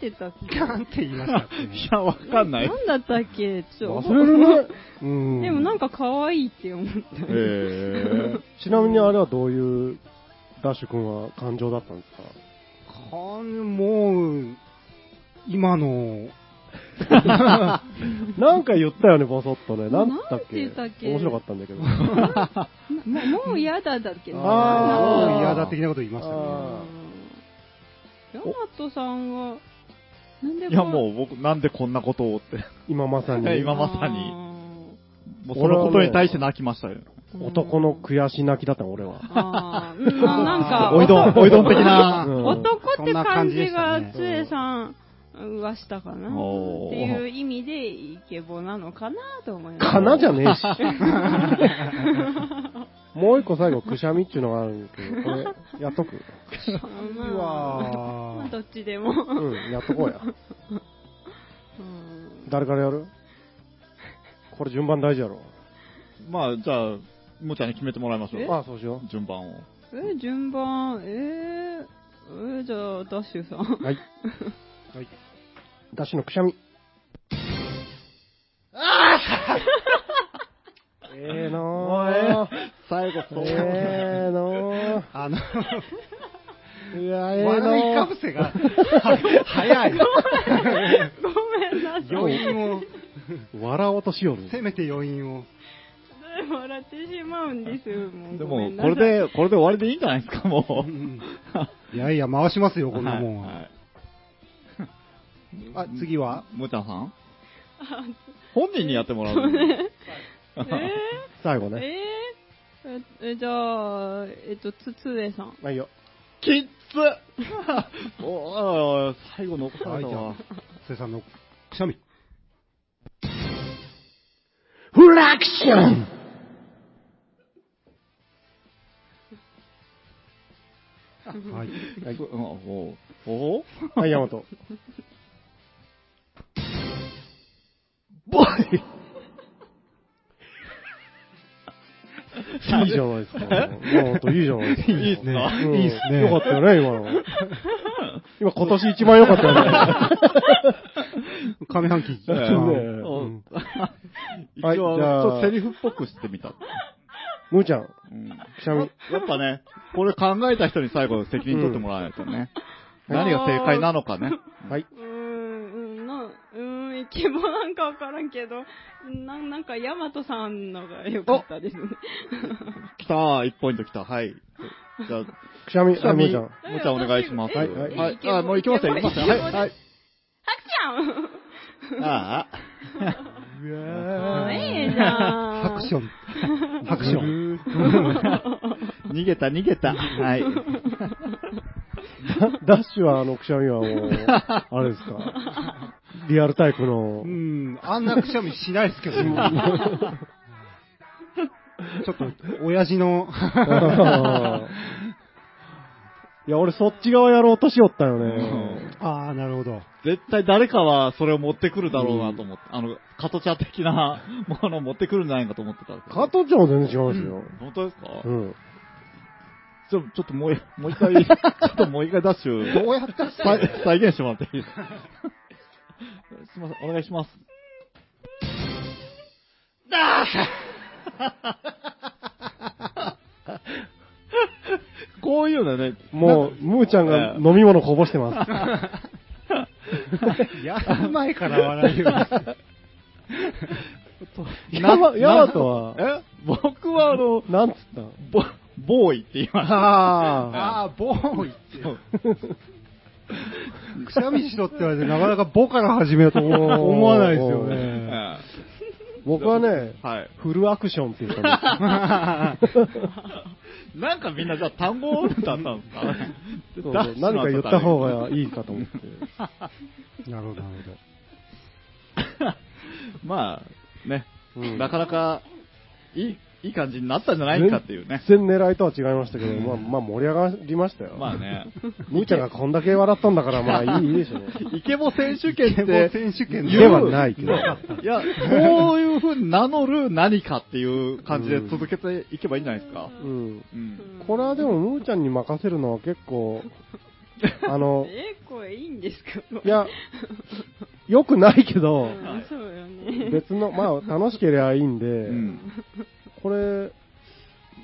[SPEAKER 3] 言ったっけ
[SPEAKER 4] なんて言いましたっけ
[SPEAKER 1] いや、わかんない。
[SPEAKER 3] んだったっけちょっと。
[SPEAKER 2] 忘 れるね。うん。
[SPEAKER 3] でもなんか可愛いって思っ
[SPEAKER 1] え
[SPEAKER 3] た。
[SPEAKER 1] ー、
[SPEAKER 2] ちなみにあれはどういう、ダッシュ君は感情だったんですか
[SPEAKER 4] かもう、今の、
[SPEAKER 2] なんか言ったよね、ボソッとね。なんつったっけ
[SPEAKER 3] なんて言ったっけ
[SPEAKER 2] 面白かったんだけど。
[SPEAKER 3] もうもう嫌だだっけな
[SPEAKER 2] あー
[SPEAKER 4] もう嫌だ的なこと言いました
[SPEAKER 3] う
[SPEAKER 4] ね。
[SPEAKER 3] んヤマトさんは、なんで
[SPEAKER 1] いや、もう僕、なんでこんなことを って。
[SPEAKER 2] 今まさに。
[SPEAKER 1] はい今まさにもうそのことに対して泣きましたよ。
[SPEAKER 2] 男の悔し泣きだったの、俺は。
[SPEAKER 3] あーあーうんなん か、
[SPEAKER 1] おいどん、おい どん的な。
[SPEAKER 2] うん
[SPEAKER 3] 男って感じ
[SPEAKER 4] そんな感
[SPEAKER 3] が
[SPEAKER 4] じでしたね
[SPEAKER 3] つえさんはしたかなって
[SPEAKER 1] おー
[SPEAKER 3] いう意味でイケボなのかなと思います
[SPEAKER 2] かなじゃ ねえし。もう一個最後、くしゃみっていうのがあるんですけど、これ、やっとく。
[SPEAKER 4] う
[SPEAKER 3] まあま
[SPEAKER 4] わ
[SPEAKER 3] あ
[SPEAKER 4] ー
[SPEAKER 3] どっちでも、
[SPEAKER 2] うん、やっとこうや。
[SPEAKER 3] うん
[SPEAKER 2] 誰からやるこれ順番大事やろ。
[SPEAKER 1] まあ、じゃあ、むちゃんに決めてもらいましょ
[SPEAKER 3] え
[SPEAKER 1] う。
[SPEAKER 2] ああ、そうしよ
[SPEAKER 1] 順番を。
[SPEAKER 3] え順番えーえーじゃあダッシュさん
[SPEAKER 2] う。はい。はい。ダッシュのくしゃみ。ああええなぁ。
[SPEAKER 1] 最後、そう。
[SPEAKER 2] ええなぁ。
[SPEAKER 4] あの、
[SPEAKER 2] いや、ええ
[SPEAKER 4] 笑いか
[SPEAKER 2] な
[SPEAKER 4] ぶせが、は 早い。
[SPEAKER 3] ごめんなさい
[SPEAKER 4] 余韻を、
[SPEAKER 2] ぁ。笑おうとしよる。
[SPEAKER 4] せめて余韻を。
[SPEAKER 3] 笑ってしまうんですよもう
[SPEAKER 1] で
[SPEAKER 3] ごめ
[SPEAKER 1] も
[SPEAKER 3] ん、な
[SPEAKER 1] こ
[SPEAKER 3] さい
[SPEAKER 1] れで、これで終わりでいいんじゃないですか、もう。
[SPEAKER 4] いやいや、回しますよ、こんなもん
[SPEAKER 1] は
[SPEAKER 4] は。
[SPEAKER 1] い
[SPEAKER 4] あ、次は
[SPEAKER 1] むちゃんさん本人にやってもらう。
[SPEAKER 2] 最後
[SPEAKER 3] えー
[SPEAKER 2] ね。
[SPEAKER 3] えーえじゃあえっとつつえさん
[SPEAKER 2] まあいいよ。
[SPEAKER 1] きっつ おー最後残さ
[SPEAKER 4] は
[SPEAKER 1] れ
[SPEAKER 4] い、
[SPEAKER 1] た
[SPEAKER 4] じゃあ
[SPEAKER 1] わ。、
[SPEAKER 4] せさんのくしゃみ。
[SPEAKER 2] フラクション
[SPEAKER 4] はい。
[SPEAKER 2] はい
[SPEAKER 1] そうんおーおー
[SPEAKER 2] はい、ヤマト。
[SPEAKER 1] ボイ
[SPEAKER 2] いいじゃないですか。ヤマト、いいじゃないですか。
[SPEAKER 1] いいっすね
[SPEAKER 2] うん
[SPEAKER 4] いいっすね
[SPEAKER 2] よかったよね、今の。今、今年一番良かったよね。
[SPEAKER 4] 上半期一
[SPEAKER 1] ええ
[SPEAKER 2] ね
[SPEAKER 4] 番。
[SPEAKER 1] うん一
[SPEAKER 2] はい
[SPEAKER 1] 応、
[SPEAKER 2] じ
[SPEAKER 1] ち
[SPEAKER 2] ゃあ
[SPEAKER 1] ょっとセリフっぽくしてみた。
[SPEAKER 2] むーちゃん、
[SPEAKER 1] うんや
[SPEAKER 2] くしゃみ。
[SPEAKER 1] っぱね、これ考えた人に最後責任取ってもらわないとね。何が正解なのかね。
[SPEAKER 2] は
[SPEAKER 3] う
[SPEAKER 2] い。
[SPEAKER 3] ーん、うんな、うーん、イケボなんかわからんけど、ななんか、ヤマトさんのが良かっ たですね。
[SPEAKER 1] きたー、1ポイントきた。はい。じゃあ、
[SPEAKER 2] くしゃみ、
[SPEAKER 1] くしゃ
[SPEAKER 2] はい、む
[SPEAKER 1] み、
[SPEAKER 2] ーちゃ
[SPEAKER 1] も
[SPEAKER 2] ん。
[SPEAKER 1] ちゃんお願いします。
[SPEAKER 2] はいはい
[SPEAKER 1] はい。あ、もう行きますよ、行きますよ。はい、はい。
[SPEAKER 3] ハ
[SPEAKER 1] あ
[SPEAKER 3] クちゃんええじゃん
[SPEAKER 4] ハクション。ハクション。
[SPEAKER 1] あ。逃げた、逃げた。はい。
[SPEAKER 2] ダッシュは、あの、くしゃみはもう、あれですか。 リアルタイプの
[SPEAKER 4] う、ん、あんなくしゃみしないですけど、 ちょっと、親父の、
[SPEAKER 2] いや、俺そっち側やろうとしよったよね。
[SPEAKER 4] ああ、なるほど。
[SPEAKER 1] 絶対誰かはそれを持ってくるだろうなと思って、あの、カトチャ的な ものを持ってくるんじゃないかと思ってたんですけど
[SPEAKER 2] 加藤ちゃんは全然違いますよ。
[SPEAKER 1] 本当ですか、
[SPEAKER 2] うん。
[SPEAKER 1] ちょちょっともう、もう一 回、ちょっともう一回ダッシュ、
[SPEAKER 4] どうやった
[SPEAKER 1] 再再現してもらっていいですかすいません、お願いし ます。こういうのね、
[SPEAKER 2] もう、むーちゃんが飲み物こぼしてます。
[SPEAKER 4] やる前から笑うよ。
[SPEAKER 2] ヤマヤマトは、
[SPEAKER 1] え僕はあの、
[SPEAKER 2] なんつったの
[SPEAKER 1] ボボーイって言いました。
[SPEAKER 2] あ
[SPEAKER 4] ああ、ボーイ って。くしゃみしろって言われて、なかなかボから始めようと思思わないですよ
[SPEAKER 1] う
[SPEAKER 4] ね。
[SPEAKER 1] ん
[SPEAKER 2] 僕はね、
[SPEAKER 1] はい。
[SPEAKER 2] フルアクションって言ったんです
[SPEAKER 1] なんかみんなじゃあ単語だったんですか
[SPEAKER 2] そうそう何か言った方がいいかと思って。
[SPEAKER 4] なるほど、なるほ ど。
[SPEAKER 1] まあ、ね、
[SPEAKER 2] うん
[SPEAKER 1] なかなかいいいい感じになったんじゃないかっていうね。
[SPEAKER 2] 全然狙いとは違いましたけど、まあ、まあ盛り上がりましたよ。
[SPEAKER 1] まあね。
[SPEAKER 2] 兄ちゃんがこんだけ笑ったんだから、まあいいいいでしょう。
[SPEAKER 1] イケボ選手権っ
[SPEAKER 4] でも
[SPEAKER 1] て、
[SPEAKER 4] 選手権
[SPEAKER 2] ではないけど。
[SPEAKER 1] いや、こういうふうに名乗る何かっていう感じで続けていけばいいんじゃないですか。
[SPEAKER 2] うん。
[SPEAKER 1] うん。
[SPEAKER 2] これはでも、むーちゃんに任せるのは結構、あの、
[SPEAKER 3] え、これいいんですか
[SPEAKER 2] いや、良くないけど
[SPEAKER 3] う、んそうよね。
[SPEAKER 2] 別の、まあ楽しければいいんで、
[SPEAKER 1] うん
[SPEAKER 2] これ、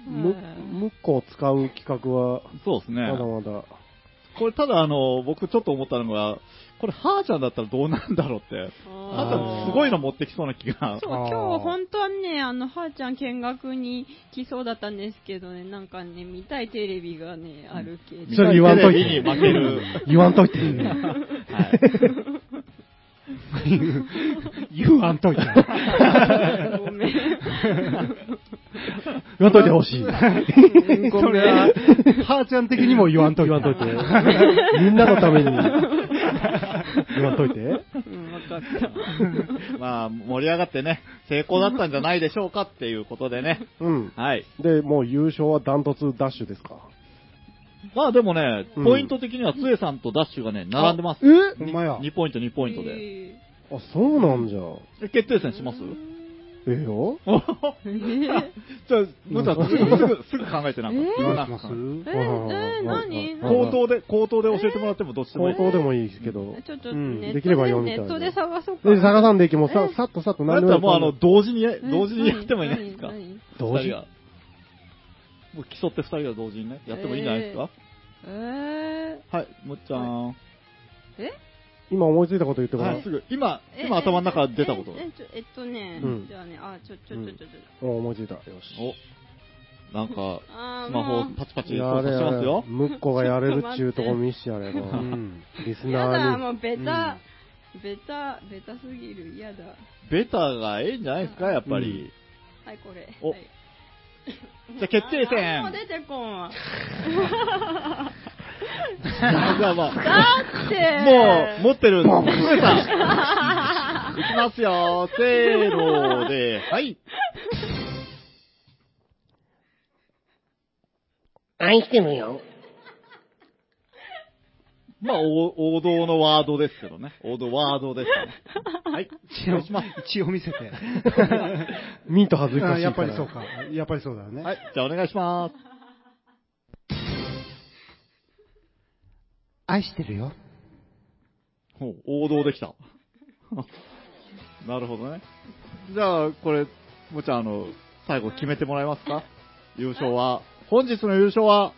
[SPEAKER 2] む、むっこを使う企画は、
[SPEAKER 1] そうですね。
[SPEAKER 2] まだまだ。
[SPEAKER 1] これただあの、僕ちょっと思ったのが、これ、はーちゃんだったらどうなんだろうって。はーちゃんすごいの持ってきそうな気が。
[SPEAKER 3] そう、
[SPEAKER 4] あ
[SPEAKER 3] 今
[SPEAKER 4] ー
[SPEAKER 3] 日本当はね、あの、はーちゃん見学に来そうだったんですけどね、なんかね、見たいテレビがね、あるけ
[SPEAKER 4] そ
[SPEAKER 3] ど。
[SPEAKER 4] れ言わんといて
[SPEAKER 1] テレビに負ける。
[SPEAKER 4] 言わんといて。
[SPEAKER 1] はい。
[SPEAKER 4] 言わんといて。
[SPEAKER 3] ごめん。
[SPEAKER 4] 言わんといてほ しい。
[SPEAKER 3] んごめん
[SPEAKER 4] それは、はーちゃん的にも言わんといて。
[SPEAKER 2] 言わんといて。みんなのために。言わんといて。
[SPEAKER 3] うん、わかった。
[SPEAKER 1] まあ、盛り上がってね、成功だったんじゃないでしょうかっていうことでね。
[SPEAKER 2] うん。
[SPEAKER 1] はい。
[SPEAKER 2] で、もう優勝はダントツダッシュですか。
[SPEAKER 1] まあでもね、
[SPEAKER 2] うん
[SPEAKER 1] ポイント的には、つえさんとダッシュがね、並んでます。
[SPEAKER 4] ほんまや。
[SPEAKER 1] 2ポイント、2ポイントで。
[SPEAKER 3] え
[SPEAKER 2] あ、そうなんじゃ。
[SPEAKER 1] え決定戦します
[SPEAKER 2] ええよ。
[SPEAKER 1] お
[SPEAKER 3] ー。 え
[SPEAKER 1] じゃあ、むちゃん すぐ、すぐ、すぐ考えてなん
[SPEAKER 3] え
[SPEAKER 1] か。
[SPEAKER 4] どう
[SPEAKER 1] な
[SPEAKER 4] し
[SPEAKER 1] ん
[SPEAKER 4] ます
[SPEAKER 1] か
[SPEAKER 3] ー、えー、何
[SPEAKER 1] 口頭で、口頭で教えてもらってもどっちでもいい。
[SPEAKER 2] 口頭でもいいですけど。
[SPEAKER 3] ちょっと
[SPEAKER 2] うん
[SPEAKER 3] ネット
[SPEAKER 2] でき
[SPEAKER 3] で
[SPEAKER 2] れば読みたい
[SPEAKER 3] ネッ
[SPEAKER 2] な。
[SPEAKER 3] トで探そうか。
[SPEAKER 2] で、探さんでいきもうさ
[SPEAKER 3] え
[SPEAKER 2] さっとさっと
[SPEAKER 1] だ
[SPEAKER 2] 何
[SPEAKER 1] った
[SPEAKER 2] でも
[SPEAKER 1] ら
[SPEAKER 2] いい
[SPEAKER 1] もうあの、
[SPEAKER 2] か
[SPEAKER 1] 同時にや、
[SPEAKER 3] え
[SPEAKER 1] 同時にやってもいいんじゃないですか。
[SPEAKER 3] 何
[SPEAKER 2] 同時
[SPEAKER 1] 二人がもう競って二人が同時にね、やってもいいんじゃないですか。
[SPEAKER 3] 何え
[SPEAKER 1] はい、むっちゃん。
[SPEAKER 3] ー、え
[SPEAKER 2] 今思いついたこと言ってもら
[SPEAKER 1] は
[SPEAKER 2] う
[SPEAKER 1] い、す。ぐ、今、
[SPEAKER 3] え
[SPEAKER 1] 今頭の中出たこと
[SPEAKER 3] え。えちょえっとね、
[SPEAKER 2] うん
[SPEAKER 3] じゃあね、あ、ちょ、ちょ、ちょ、ちょ、ちょ。
[SPEAKER 2] お思いついた。よし。
[SPEAKER 1] お、なんか、
[SPEAKER 3] あ
[SPEAKER 1] ス
[SPEAKER 3] ー
[SPEAKER 1] マホ
[SPEAKER 3] も
[SPEAKER 1] を
[SPEAKER 3] う
[SPEAKER 1] パチパチ
[SPEAKER 2] や
[SPEAKER 1] 操
[SPEAKER 2] れ
[SPEAKER 1] 作し
[SPEAKER 2] や
[SPEAKER 1] ます
[SPEAKER 2] れ
[SPEAKER 1] よ。。
[SPEAKER 2] むっこがやれるっちゅうとこ見してやれば。
[SPEAKER 4] う
[SPEAKER 2] うん
[SPEAKER 4] ん。
[SPEAKER 2] リス
[SPEAKER 3] やだ、
[SPEAKER 2] ナ
[SPEAKER 3] も
[SPEAKER 2] ー
[SPEAKER 3] う
[SPEAKER 2] に。
[SPEAKER 3] ベタ、ベタ、ベタすぎる、やだ。
[SPEAKER 1] ベターがええんじゃないですか、やっぱり。
[SPEAKER 3] はい、これ。
[SPEAKER 1] お
[SPEAKER 3] はい
[SPEAKER 1] じゃあ決定戦
[SPEAKER 3] あーもう出てこん わ。
[SPEAKER 1] じゃあまあ、
[SPEAKER 3] だって
[SPEAKER 1] もう、持ってる、つ えさん。いきますよ、せーので、はい。
[SPEAKER 5] 愛してるよ。
[SPEAKER 1] まあ、お王道のワードですけどね。王道ワードですね。はい。
[SPEAKER 4] 一応、一応見せて。
[SPEAKER 2] ミント恥ずか
[SPEAKER 4] あ
[SPEAKER 2] しいから。
[SPEAKER 4] やっぱりそうか。やっぱりそうだよね。
[SPEAKER 1] はい、じゃあお願いします。
[SPEAKER 4] 愛してるよ。
[SPEAKER 1] ほう王道できた。 なるほどね。じゃあ、これ、もちゃん、あの、最後決めてもらえますか優勝は。本日の優勝は、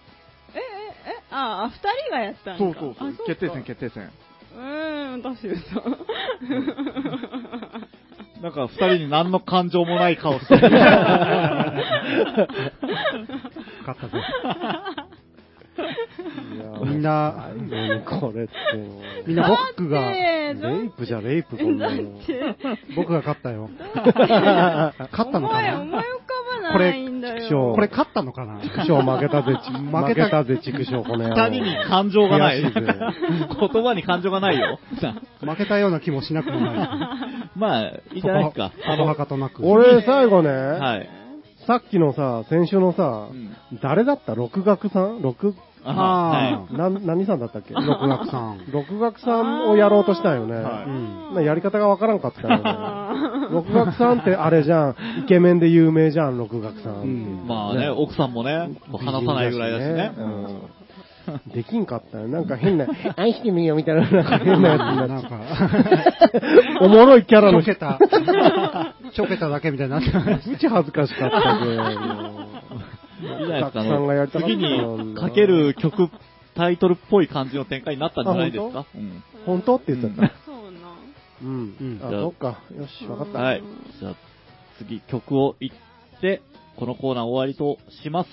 [SPEAKER 3] え、え、え、あー、あ二人がやったんか
[SPEAKER 1] そうそうそ
[SPEAKER 3] あ
[SPEAKER 1] う、決定戦、
[SPEAKER 3] か
[SPEAKER 1] 決定戦。
[SPEAKER 3] うーん、私嘘。
[SPEAKER 1] なんか、二人に何の感情もない顔してる。
[SPEAKER 4] 勝ったぜ。
[SPEAKER 2] いや
[SPEAKER 4] みんな
[SPEAKER 2] もう何これってもう
[SPEAKER 4] みんな僕が、
[SPEAKER 3] えー、だ
[SPEAKER 2] レイプじゃレイ プこんなの。
[SPEAKER 3] って、
[SPEAKER 4] 僕が勝ったよ。勝ったの
[SPEAKER 3] 思
[SPEAKER 4] か
[SPEAKER 3] い、思い浮
[SPEAKER 4] な
[SPEAKER 3] かばないんだよ。
[SPEAKER 4] これ勝ったのかな
[SPEAKER 2] 畜生負けたぜ、ち負
[SPEAKER 4] 負け
[SPEAKER 2] け
[SPEAKER 4] た
[SPEAKER 2] たぜ、畜生、この野郎
[SPEAKER 1] 二人に感情がない。
[SPEAKER 2] 悔しいぜ
[SPEAKER 1] 言葉に感情がないよ。
[SPEAKER 4] 負けたような気もしなくもない。
[SPEAKER 1] まあ、 いいんじゃないですか。
[SPEAKER 4] あの、はかとなく。
[SPEAKER 2] 俺、最後ね、
[SPEAKER 1] はい。
[SPEAKER 2] さっきのさ、先週のさ、
[SPEAKER 1] うん
[SPEAKER 2] 誰だった六学さん六、
[SPEAKER 1] あ
[SPEAKER 4] あ
[SPEAKER 2] なん、何さんだった っけ
[SPEAKER 4] 六学さん。。
[SPEAKER 2] 六学さんをやろうとしたよね。
[SPEAKER 1] はいううん
[SPEAKER 2] まあやり方がわからんかったよね。
[SPEAKER 3] あ
[SPEAKER 2] 六学さんってあれじゃん、イケメンで有名じゃん、六学さん。
[SPEAKER 4] うん
[SPEAKER 1] まあね、奥さんもね、話さないぐらいだしね。うん
[SPEAKER 2] うんできんかったよ。なんか変な、愛してみようみたいな、なんか変なやつになっ
[SPEAKER 4] なん
[SPEAKER 2] て
[SPEAKER 4] か、
[SPEAKER 2] おもろいキャラ
[SPEAKER 4] ち
[SPEAKER 2] の
[SPEAKER 4] ょ
[SPEAKER 2] 人
[SPEAKER 4] け、た、ちょけただけみたいになって
[SPEAKER 2] うち恥ずかしかったけ
[SPEAKER 1] いいじゃないですか。あ
[SPEAKER 2] たくさんがや
[SPEAKER 1] の
[SPEAKER 2] りたかった
[SPEAKER 1] 次
[SPEAKER 2] もん
[SPEAKER 1] に
[SPEAKER 2] な
[SPEAKER 1] かける曲、タイトルっぽい感じの展開になったんじゃないですか。うん
[SPEAKER 2] 本当って言っちゃった。うん。
[SPEAKER 4] うん
[SPEAKER 2] あ、
[SPEAKER 1] じゃあ
[SPEAKER 2] そっか。よし、わかった。
[SPEAKER 1] はい。じゃあ、次曲を言って、このコーナー終わりとします。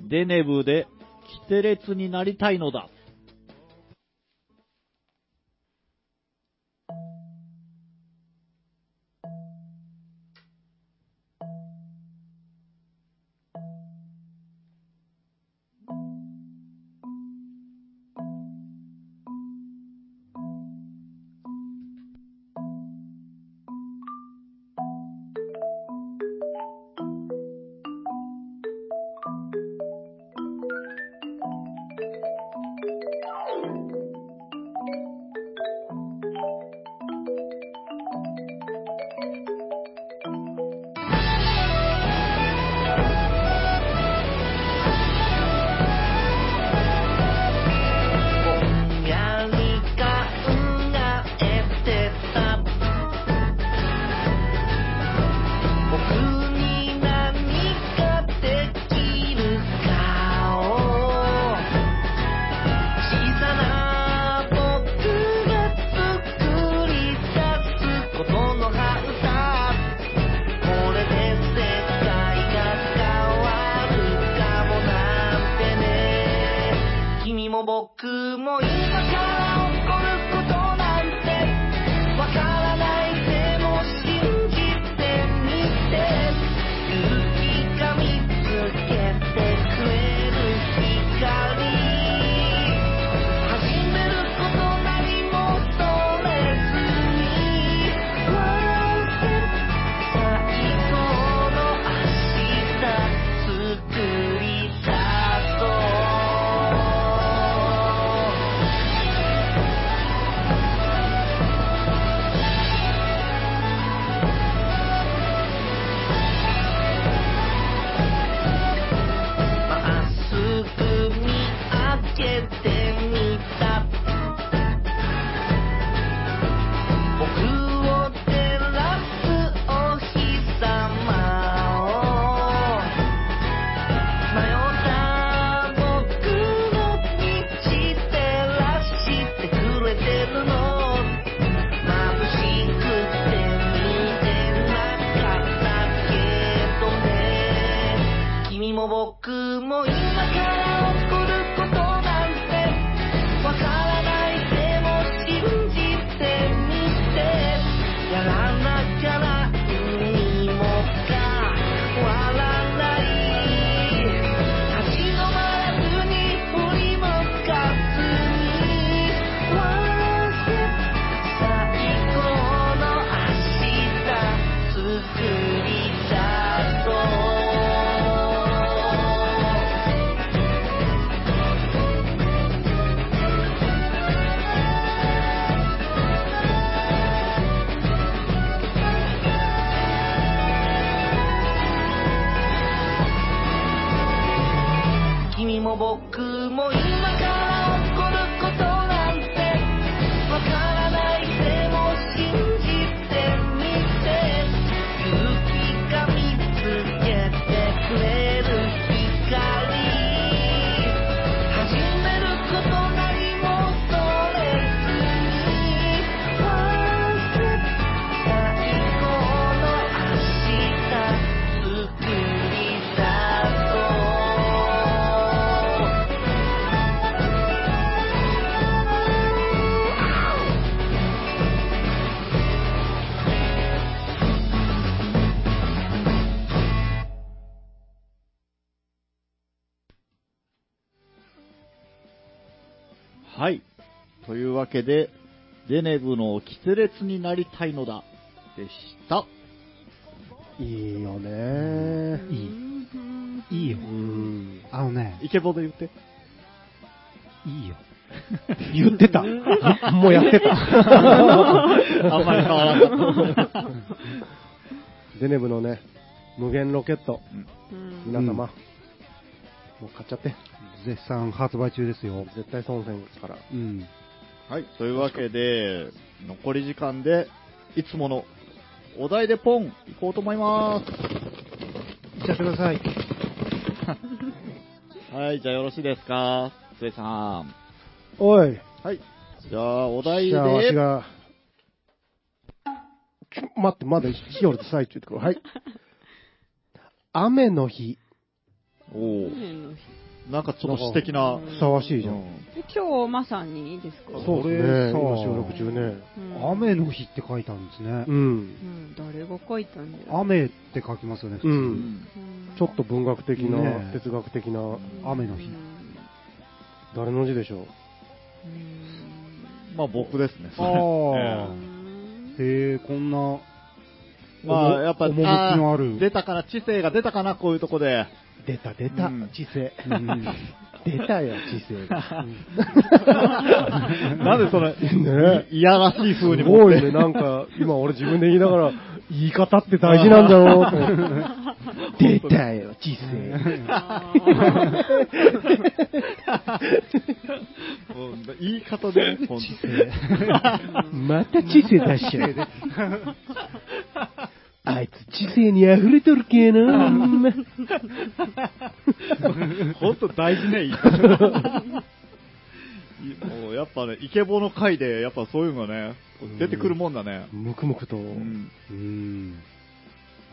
[SPEAKER 1] デネブで、キテレツになりたいのだ。
[SPEAKER 6] 「やりがんがえってた」「僕に何ができるかを」「小さな僕が作り出すことのはずだ」「これで世界が変わるかもなんてね」君も僕も今から起こることなんてわからないでも信じてみて勇気が見つけてくれる光始めること何も恐れずに笑って最高の明日作り出そうまっすぐ見上げてみた僕を照らすお日様を迷った僕の道照らしてくれてるの眩しくて見てなかったけどね君も僕も今から起こることなんてわからないでも信じてみてやらなきゃ何にも変わらない立ち止まらずに振り向かずに笑って最高の明日作り出そう君も僕も今から起こることなんてわからないでも信じてみて勇気が見つけてくれる光始めること何も恐れずにワンステップ最高の明日作り出そう
[SPEAKER 1] はい。というわけで、デネブのキテレツになりたいのだ。でした。
[SPEAKER 2] いいよね
[SPEAKER 4] いい。いいよ。あのね、
[SPEAKER 1] イケボで言って。
[SPEAKER 4] いいよ。言ってた。もうやってた。
[SPEAKER 1] あんまり変わらなかった。
[SPEAKER 2] デネブのね、無限ロケット、
[SPEAKER 3] うん
[SPEAKER 2] 皆様、
[SPEAKER 4] うん
[SPEAKER 2] もう買っちゃって。
[SPEAKER 4] 絶賛発売中ですよ。
[SPEAKER 2] 絶対損せんから。
[SPEAKER 4] うん。
[SPEAKER 1] はい、というわけで、残り時間で、いつものお題でポン、行こうと思いま
[SPEAKER 4] いっちゃってください。
[SPEAKER 1] す。はい、じゃあよろしいですか、つえさん。は
[SPEAKER 2] おい、
[SPEAKER 1] い、じゃあお題
[SPEAKER 2] じゃあわし
[SPEAKER 1] で、
[SPEAKER 2] が、待って、まだ日よる最中ってことはい。雨の日。
[SPEAKER 1] おお
[SPEAKER 3] 去。年の日
[SPEAKER 1] なんかちょっと詩的な。
[SPEAKER 2] ふさわしいじゃ。
[SPEAKER 1] うんん
[SPEAKER 3] で今日まさにですか
[SPEAKER 1] そう
[SPEAKER 2] そうですね。
[SPEAKER 1] これ
[SPEAKER 2] 今
[SPEAKER 1] さ
[SPEAKER 2] 収録中ね。
[SPEAKER 3] うん
[SPEAKER 4] 雨の日って書いたんですね
[SPEAKER 2] う。。
[SPEAKER 3] うんん、誰が書いたんだよ。
[SPEAKER 4] 雨って書きますよね、普通。
[SPEAKER 2] うん
[SPEAKER 3] うん
[SPEAKER 2] ちょっと文学的な、
[SPEAKER 4] ねえ
[SPEAKER 2] 哲学的な、
[SPEAKER 4] 雨の
[SPEAKER 3] う
[SPEAKER 4] 日
[SPEAKER 3] ん
[SPEAKER 2] 誰の字でしょう。
[SPEAKER 3] うん
[SPEAKER 1] まあ僕ですね。それ
[SPEAKER 4] ああ。へえ、こんな、
[SPEAKER 1] ええ まあやっぱ、
[SPEAKER 4] 趣のある。
[SPEAKER 1] ー出たかな、知性が出たかな、こういうとこで。
[SPEAKER 2] 出た、出
[SPEAKER 1] た
[SPEAKER 2] 知性。
[SPEAKER 4] うん
[SPEAKER 2] 出たよ、知性が。
[SPEAKER 1] なんでそれ、
[SPEAKER 2] ね
[SPEAKER 1] いやらしい
[SPEAKER 2] すご
[SPEAKER 1] 風に
[SPEAKER 2] い
[SPEAKER 1] 持って。
[SPEAKER 2] ね、なんか、今俺自分で言いながら、言い方って大事なんだろうと思って。 出たよ、知性。
[SPEAKER 3] あー
[SPEAKER 1] うん言い方でね、本当に。
[SPEAKER 2] また知性出しち ゃう。あいつ知性に溢れとるけえな。
[SPEAKER 1] 本当大事ね、言い方もうやっぱね、イケボの回で、やっぱそういうのがね、出てくるもんだね。
[SPEAKER 2] むくむくと。
[SPEAKER 1] うん
[SPEAKER 4] うん。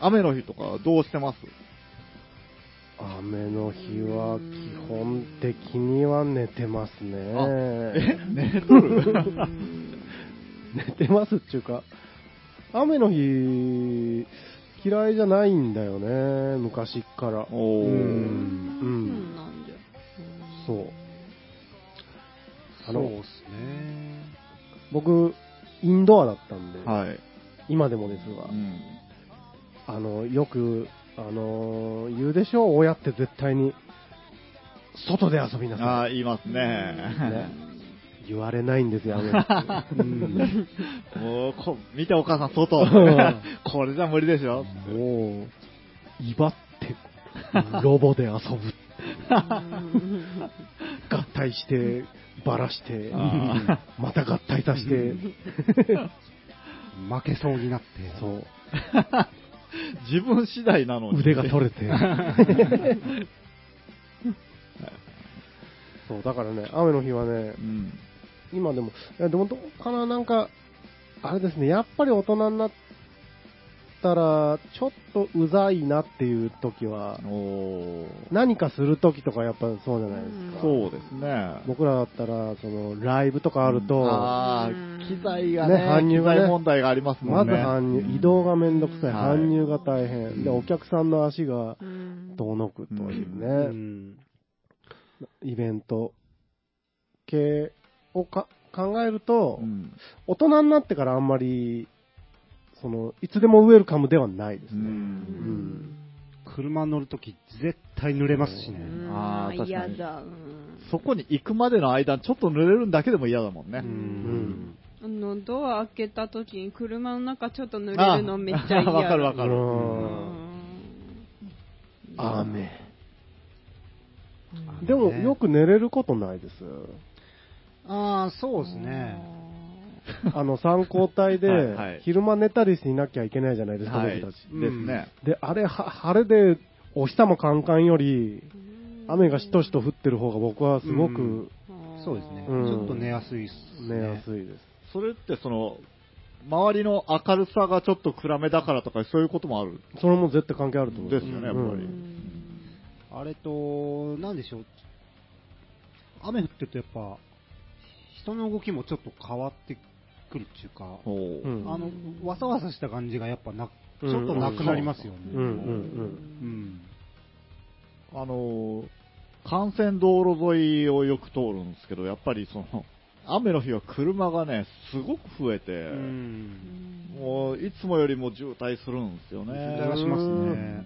[SPEAKER 1] 雨の日とかどうしてます
[SPEAKER 2] 雨の日は基本的には寝てます
[SPEAKER 1] あ
[SPEAKER 2] ね
[SPEAKER 1] え。寝とる
[SPEAKER 2] 寝てますっていうか、雨の日、嫌いじゃないんだよね、昔っから。
[SPEAKER 1] おー
[SPEAKER 2] う
[SPEAKER 3] う
[SPEAKER 2] んうん
[SPEAKER 3] んなんじゃ。
[SPEAKER 2] そう。あ
[SPEAKER 4] そう
[SPEAKER 2] の
[SPEAKER 4] っすね。
[SPEAKER 2] 僕、インドアだったんで、
[SPEAKER 1] はい。
[SPEAKER 2] 今でもですが、
[SPEAKER 1] うん
[SPEAKER 2] あの、よく、あのー言うでしょう、親って絶対に、外で遊びな
[SPEAKER 1] あ
[SPEAKER 2] さ
[SPEAKER 1] あ、言いますね。
[SPEAKER 2] い。言われないんですよ、雨の日 うん
[SPEAKER 1] もうこ、見てお母さん、外
[SPEAKER 2] ん。
[SPEAKER 1] これじゃ無理でしょ。
[SPEAKER 2] もう、威張って、ロボで遊ぶ。合体して、ばらして、
[SPEAKER 1] あ
[SPEAKER 2] また合体させて、
[SPEAKER 4] 負けそうになって。
[SPEAKER 2] そう、
[SPEAKER 1] 自分次第なのに。
[SPEAKER 2] 腕が取れて。 そう、だからね、雨の日はね
[SPEAKER 1] う、ん。
[SPEAKER 2] 今でも、いやでもどうかな、なんか、あれですね、やっぱり大人になったら、ちょっとうざいなっていう時は、
[SPEAKER 1] おー
[SPEAKER 2] 何かする時とかやっぱそうじゃないですか。
[SPEAKER 1] そうですね。
[SPEAKER 2] 僕らだったら、その、ライブとかあると、
[SPEAKER 1] ああ、機材がね
[SPEAKER 2] ね搬入
[SPEAKER 1] 機
[SPEAKER 2] がね
[SPEAKER 1] 材問題がありますも
[SPEAKER 2] ま
[SPEAKER 1] ん
[SPEAKER 2] ず
[SPEAKER 1] ね。
[SPEAKER 2] 搬入、移動がめんどくさい、
[SPEAKER 1] はい
[SPEAKER 2] 搬入が大変、で、
[SPEAKER 1] うん
[SPEAKER 2] お客さんの足が
[SPEAKER 3] うん
[SPEAKER 2] 遠のくというね、
[SPEAKER 4] うん。
[SPEAKER 2] イベント系をか考えると、
[SPEAKER 1] うん
[SPEAKER 2] 大人になってからあんまり、その、いつでもウェルカムではないです
[SPEAKER 1] う。
[SPEAKER 2] ね。
[SPEAKER 3] うん
[SPEAKER 2] ん
[SPEAKER 4] 車乗るとき、絶対濡れますし
[SPEAKER 3] う
[SPEAKER 4] ね。
[SPEAKER 3] ん
[SPEAKER 1] あー確か
[SPEAKER 3] 嫌
[SPEAKER 1] に
[SPEAKER 3] だ。うん
[SPEAKER 1] そこに行くまでの間、ちょっと濡れるんだけでも嫌だもんね。
[SPEAKER 2] うん。
[SPEAKER 3] あの、ドア開けた時に車の中ちょっと濡れるのめっちゃ嫌だ。
[SPEAKER 1] あ わかるわ
[SPEAKER 2] う
[SPEAKER 1] かる。
[SPEAKER 2] ん。雨。
[SPEAKER 4] うん
[SPEAKER 2] でも、よく寝れることないです。
[SPEAKER 4] ああ、そうですね。
[SPEAKER 2] あの、参考体 で
[SPEAKER 1] はいはい、
[SPEAKER 2] 昼間寝たりしなきゃいけないじゃないですか、
[SPEAKER 1] はい。で
[SPEAKER 2] 僕たち。
[SPEAKER 1] すね。
[SPEAKER 2] で、あれ、は晴れで、お日様カンカンより、雨がしとしと降ってる方が僕はすごく
[SPEAKER 4] そうですね。ち
[SPEAKER 2] うん
[SPEAKER 4] ょっと寝やすいっす
[SPEAKER 2] 寝や
[SPEAKER 4] ね。
[SPEAKER 2] すいです。
[SPEAKER 1] それって、その、周りの明るさがちょっと暗めだからとか、そういうこともある。
[SPEAKER 2] それも絶対関係あると思う。
[SPEAKER 1] ですよね、やっぱ
[SPEAKER 2] う
[SPEAKER 1] り。
[SPEAKER 2] ん
[SPEAKER 4] あれと、なんでしょう。雨降ってるとやっぱ、人の動きもちょっと変わってくるっていうか、
[SPEAKER 1] お
[SPEAKER 2] う
[SPEAKER 1] ー
[SPEAKER 2] ん
[SPEAKER 4] あの、わさわさした感じがやっぱな、ち
[SPEAKER 2] うん
[SPEAKER 4] ょっとなくなりますよね。
[SPEAKER 2] うんうん
[SPEAKER 4] うん。
[SPEAKER 1] あのー、幹線道路沿いをよく通るんですけど、やっぱりその、雨の日は車がね、すごく増えて、
[SPEAKER 4] うん。
[SPEAKER 1] もういつもよりも渋滞するんですよね。
[SPEAKER 4] それはしますね。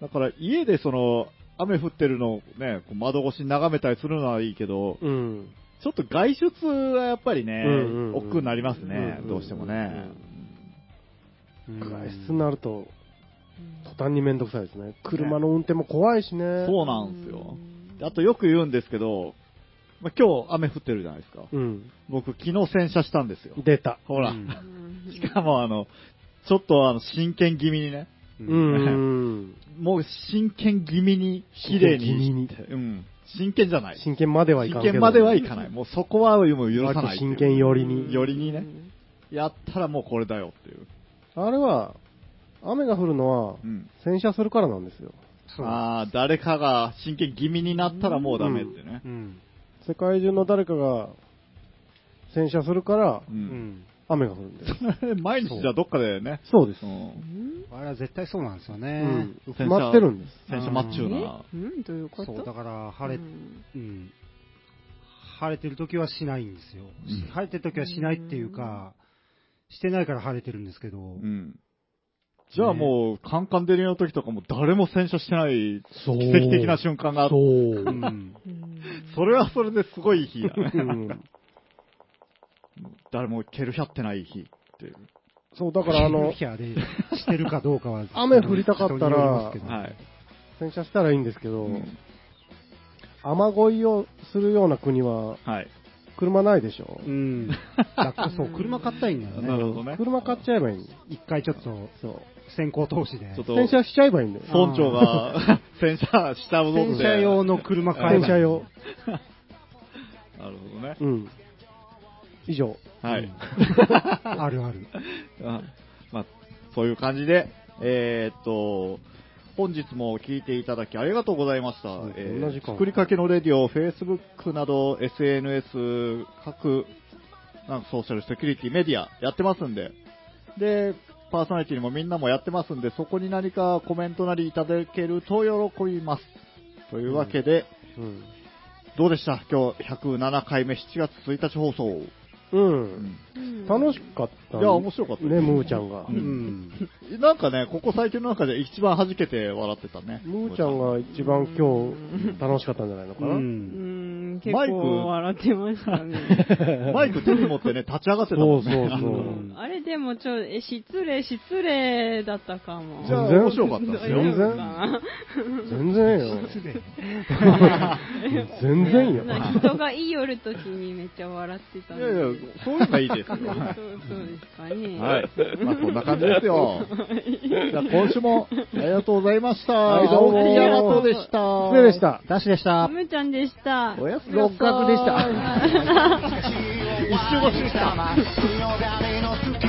[SPEAKER 1] だから家でその雨降ってるのをね、こう窓越しに眺めたりするのはいいけど、
[SPEAKER 2] うん。うん。
[SPEAKER 1] ちょっと外出はやっぱりね、
[SPEAKER 2] うんうんうん
[SPEAKER 1] 億劫になりますね、
[SPEAKER 2] うんうん
[SPEAKER 1] どうしてもね。
[SPEAKER 4] うん
[SPEAKER 2] 外出になると、途端にめんどくさいですね。車の運転も怖いしね。
[SPEAKER 1] そうなんですよ。であとよく言うんですけど、まあ、今日雨降ってるじゃないですか。
[SPEAKER 2] うん。
[SPEAKER 1] 僕昨日洗車したんですよ。
[SPEAKER 2] 出た。
[SPEAKER 1] ほら、
[SPEAKER 4] うん
[SPEAKER 1] しかもあの、ちょっとあの真剣気味にね、
[SPEAKER 4] う。
[SPEAKER 2] うんん。
[SPEAKER 1] もう真剣気味に綺麗に
[SPEAKER 2] 真剣気味
[SPEAKER 1] うん。真剣じゃない。
[SPEAKER 2] 真剣まではいか
[SPEAKER 1] 真
[SPEAKER 2] んけど。
[SPEAKER 1] 剣まではいかない。もうそこはもう許さ
[SPEAKER 2] 割
[SPEAKER 1] な
[SPEAKER 2] と
[SPEAKER 1] い。
[SPEAKER 2] 真剣寄りに。
[SPEAKER 1] よりにね。やったらもうこれだよっていう。
[SPEAKER 2] あれは、雨が降るのは
[SPEAKER 1] うん、
[SPEAKER 2] 洗車するからなんですよ。
[SPEAKER 4] そう
[SPEAKER 1] ああ、誰かが真剣気味になったらもうダメってね
[SPEAKER 4] う。ん。
[SPEAKER 2] 世界中の誰かが洗車するから
[SPEAKER 1] う。
[SPEAKER 4] うんん。
[SPEAKER 2] 雨が降る んです。
[SPEAKER 1] 毎日じゃどっかでね。
[SPEAKER 2] そうです
[SPEAKER 1] う。ん。
[SPEAKER 4] あれは絶対そうなんですよ
[SPEAKER 2] う
[SPEAKER 4] ね。
[SPEAKER 2] ん。
[SPEAKER 1] 洗車
[SPEAKER 2] 待ってるんです。
[SPEAKER 1] 洗車待っちゅ
[SPEAKER 3] え
[SPEAKER 1] うな。
[SPEAKER 3] うんどういうこ
[SPEAKER 4] そ
[SPEAKER 3] と
[SPEAKER 4] う、だから、晴れ、
[SPEAKER 3] う
[SPEAKER 4] うんん、晴れてる時はしないんですよ。
[SPEAKER 1] うん
[SPEAKER 4] 晴れてる時はしないっていうか、してないから晴れてるんですけど、
[SPEAKER 1] うん。じゃあもう、カンカン照りの時とかも誰も洗車してない
[SPEAKER 7] そう。
[SPEAKER 1] 奇跡的な瞬間があっ
[SPEAKER 7] そ
[SPEAKER 1] て、
[SPEAKER 7] う
[SPEAKER 4] う。ん、
[SPEAKER 3] うん
[SPEAKER 1] それはそれですごい日だ ね。
[SPEAKER 2] うん。
[SPEAKER 1] 誰も蹴るひゃってない日っていう。
[SPEAKER 2] そう、だからあの、、
[SPEAKER 4] キャでしてるかどうかは
[SPEAKER 2] 雨降りたかったら
[SPEAKER 4] 人によりますけど
[SPEAKER 1] はい。
[SPEAKER 2] 洗車したらいいんですけど、
[SPEAKER 1] うん
[SPEAKER 2] 雨乞いをするような国は
[SPEAKER 1] はい。
[SPEAKER 2] 車ないでしょ
[SPEAKER 4] う。ん。だからそう、車買ったらいいんだよ
[SPEAKER 1] なるほど
[SPEAKER 4] ね。
[SPEAKER 1] ね。
[SPEAKER 2] 車買っちゃえばいいんだよ
[SPEAKER 4] 一回ちょっと、
[SPEAKER 2] そう。
[SPEAKER 4] 先行投資で。
[SPEAKER 1] ちょっと、
[SPEAKER 2] 洗車しちゃえばいいんだよ。
[SPEAKER 1] 村長が 洗車したもの
[SPEAKER 4] 洗
[SPEAKER 1] で。
[SPEAKER 4] 車用の車買え
[SPEAKER 2] 洗
[SPEAKER 4] ば
[SPEAKER 2] 車用。
[SPEAKER 1] なるほどね。
[SPEAKER 2] うん。以上。
[SPEAKER 1] はい。
[SPEAKER 4] あるある。
[SPEAKER 1] あまあ、そういう感じで、えーっと、本日も聞いていただきありがとうございました。
[SPEAKER 2] ん
[SPEAKER 1] えー
[SPEAKER 2] 同じか
[SPEAKER 1] 作りかけのレディオ、Facebook など SNS、各、なんかソーシャルセキュリティメディアやってますんで、で、パーソナリティにもみんなもやってますんで、そこに何かコメントなりいただけると喜びます。というわけで、
[SPEAKER 2] うん。
[SPEAKER 1] どうでした今日107回目7月1日放送。
[SPEAKER 2] うん。
[SPEAKER 3] うん
[SPEAKER 2] 楽しかった。
[SPEAKER 1] いや面白かった
[SPEAKER 2] ね、ムーちゃんが
[SPEAKER 1] う。
[SPEAKER 4] うんん。
[SPEAKER 1] なんかね、ここ最近の中で一番弾けて笑ってたね。
[SPEAKER 2] ムーちゃんが一番今日楽しかったんじゃないのか
[SPEAKER 4] う。
[SPEAKER 2] な。
[SPEAKER 3] うんん結
[SPEAKER 1] マイク
[SPEAKER 3] 構笑ってましたね
[SPEAKER 1] マイク手に持ってね、立ち上がってたもんね。
[SPEAKER 2] そうそうそ
[SPEAKER 3] うん
[SPEAKER 2] う。
[SPEAKER 3] あれでもちょえ失礼失礼だったかも
[SPEAKER 1] じゃあ
[SPEAKER 2] 全然
[SPEAKER 1] 面白かったですよ。
[SPEAKER 2] 全然
[SPEAKER 3] 大丈夫かな
[SPEAKER 2] 全然 よ。全然よ。
[SPEAKER 3] な人が言い寄るときにめっちゃ笑ってたん
[SPEAKER 1] い
[SPEAKER 3] で
[SPEAKER 1] やいや、そういうのがいいですよ。
[SPEAKER 3] そう
[SPEAKER 1] は
[SPEAKER 3] そうですかね。
[SPEAKER 1] い。はい。まあこんな感じですよ。じゃあ今週もありがとうございました。はい
[SPEAKER 2] どうも
[SPEAKER 1] ヤマトでした。
[SPEAKER 2] 失礼でし。た。
[SPEAKER 7] ダッシュでした。
[SPEAKER 3] むーちゃんでした。
[SPEAKER 1] おやすみなさ
[SPEAKER 7] 六
[SPEAKER 1] い
[SPEAKER 7] 角でした。
[SPEAKER 1] 一周五周した。
[SPEAKER 6] 強がりのス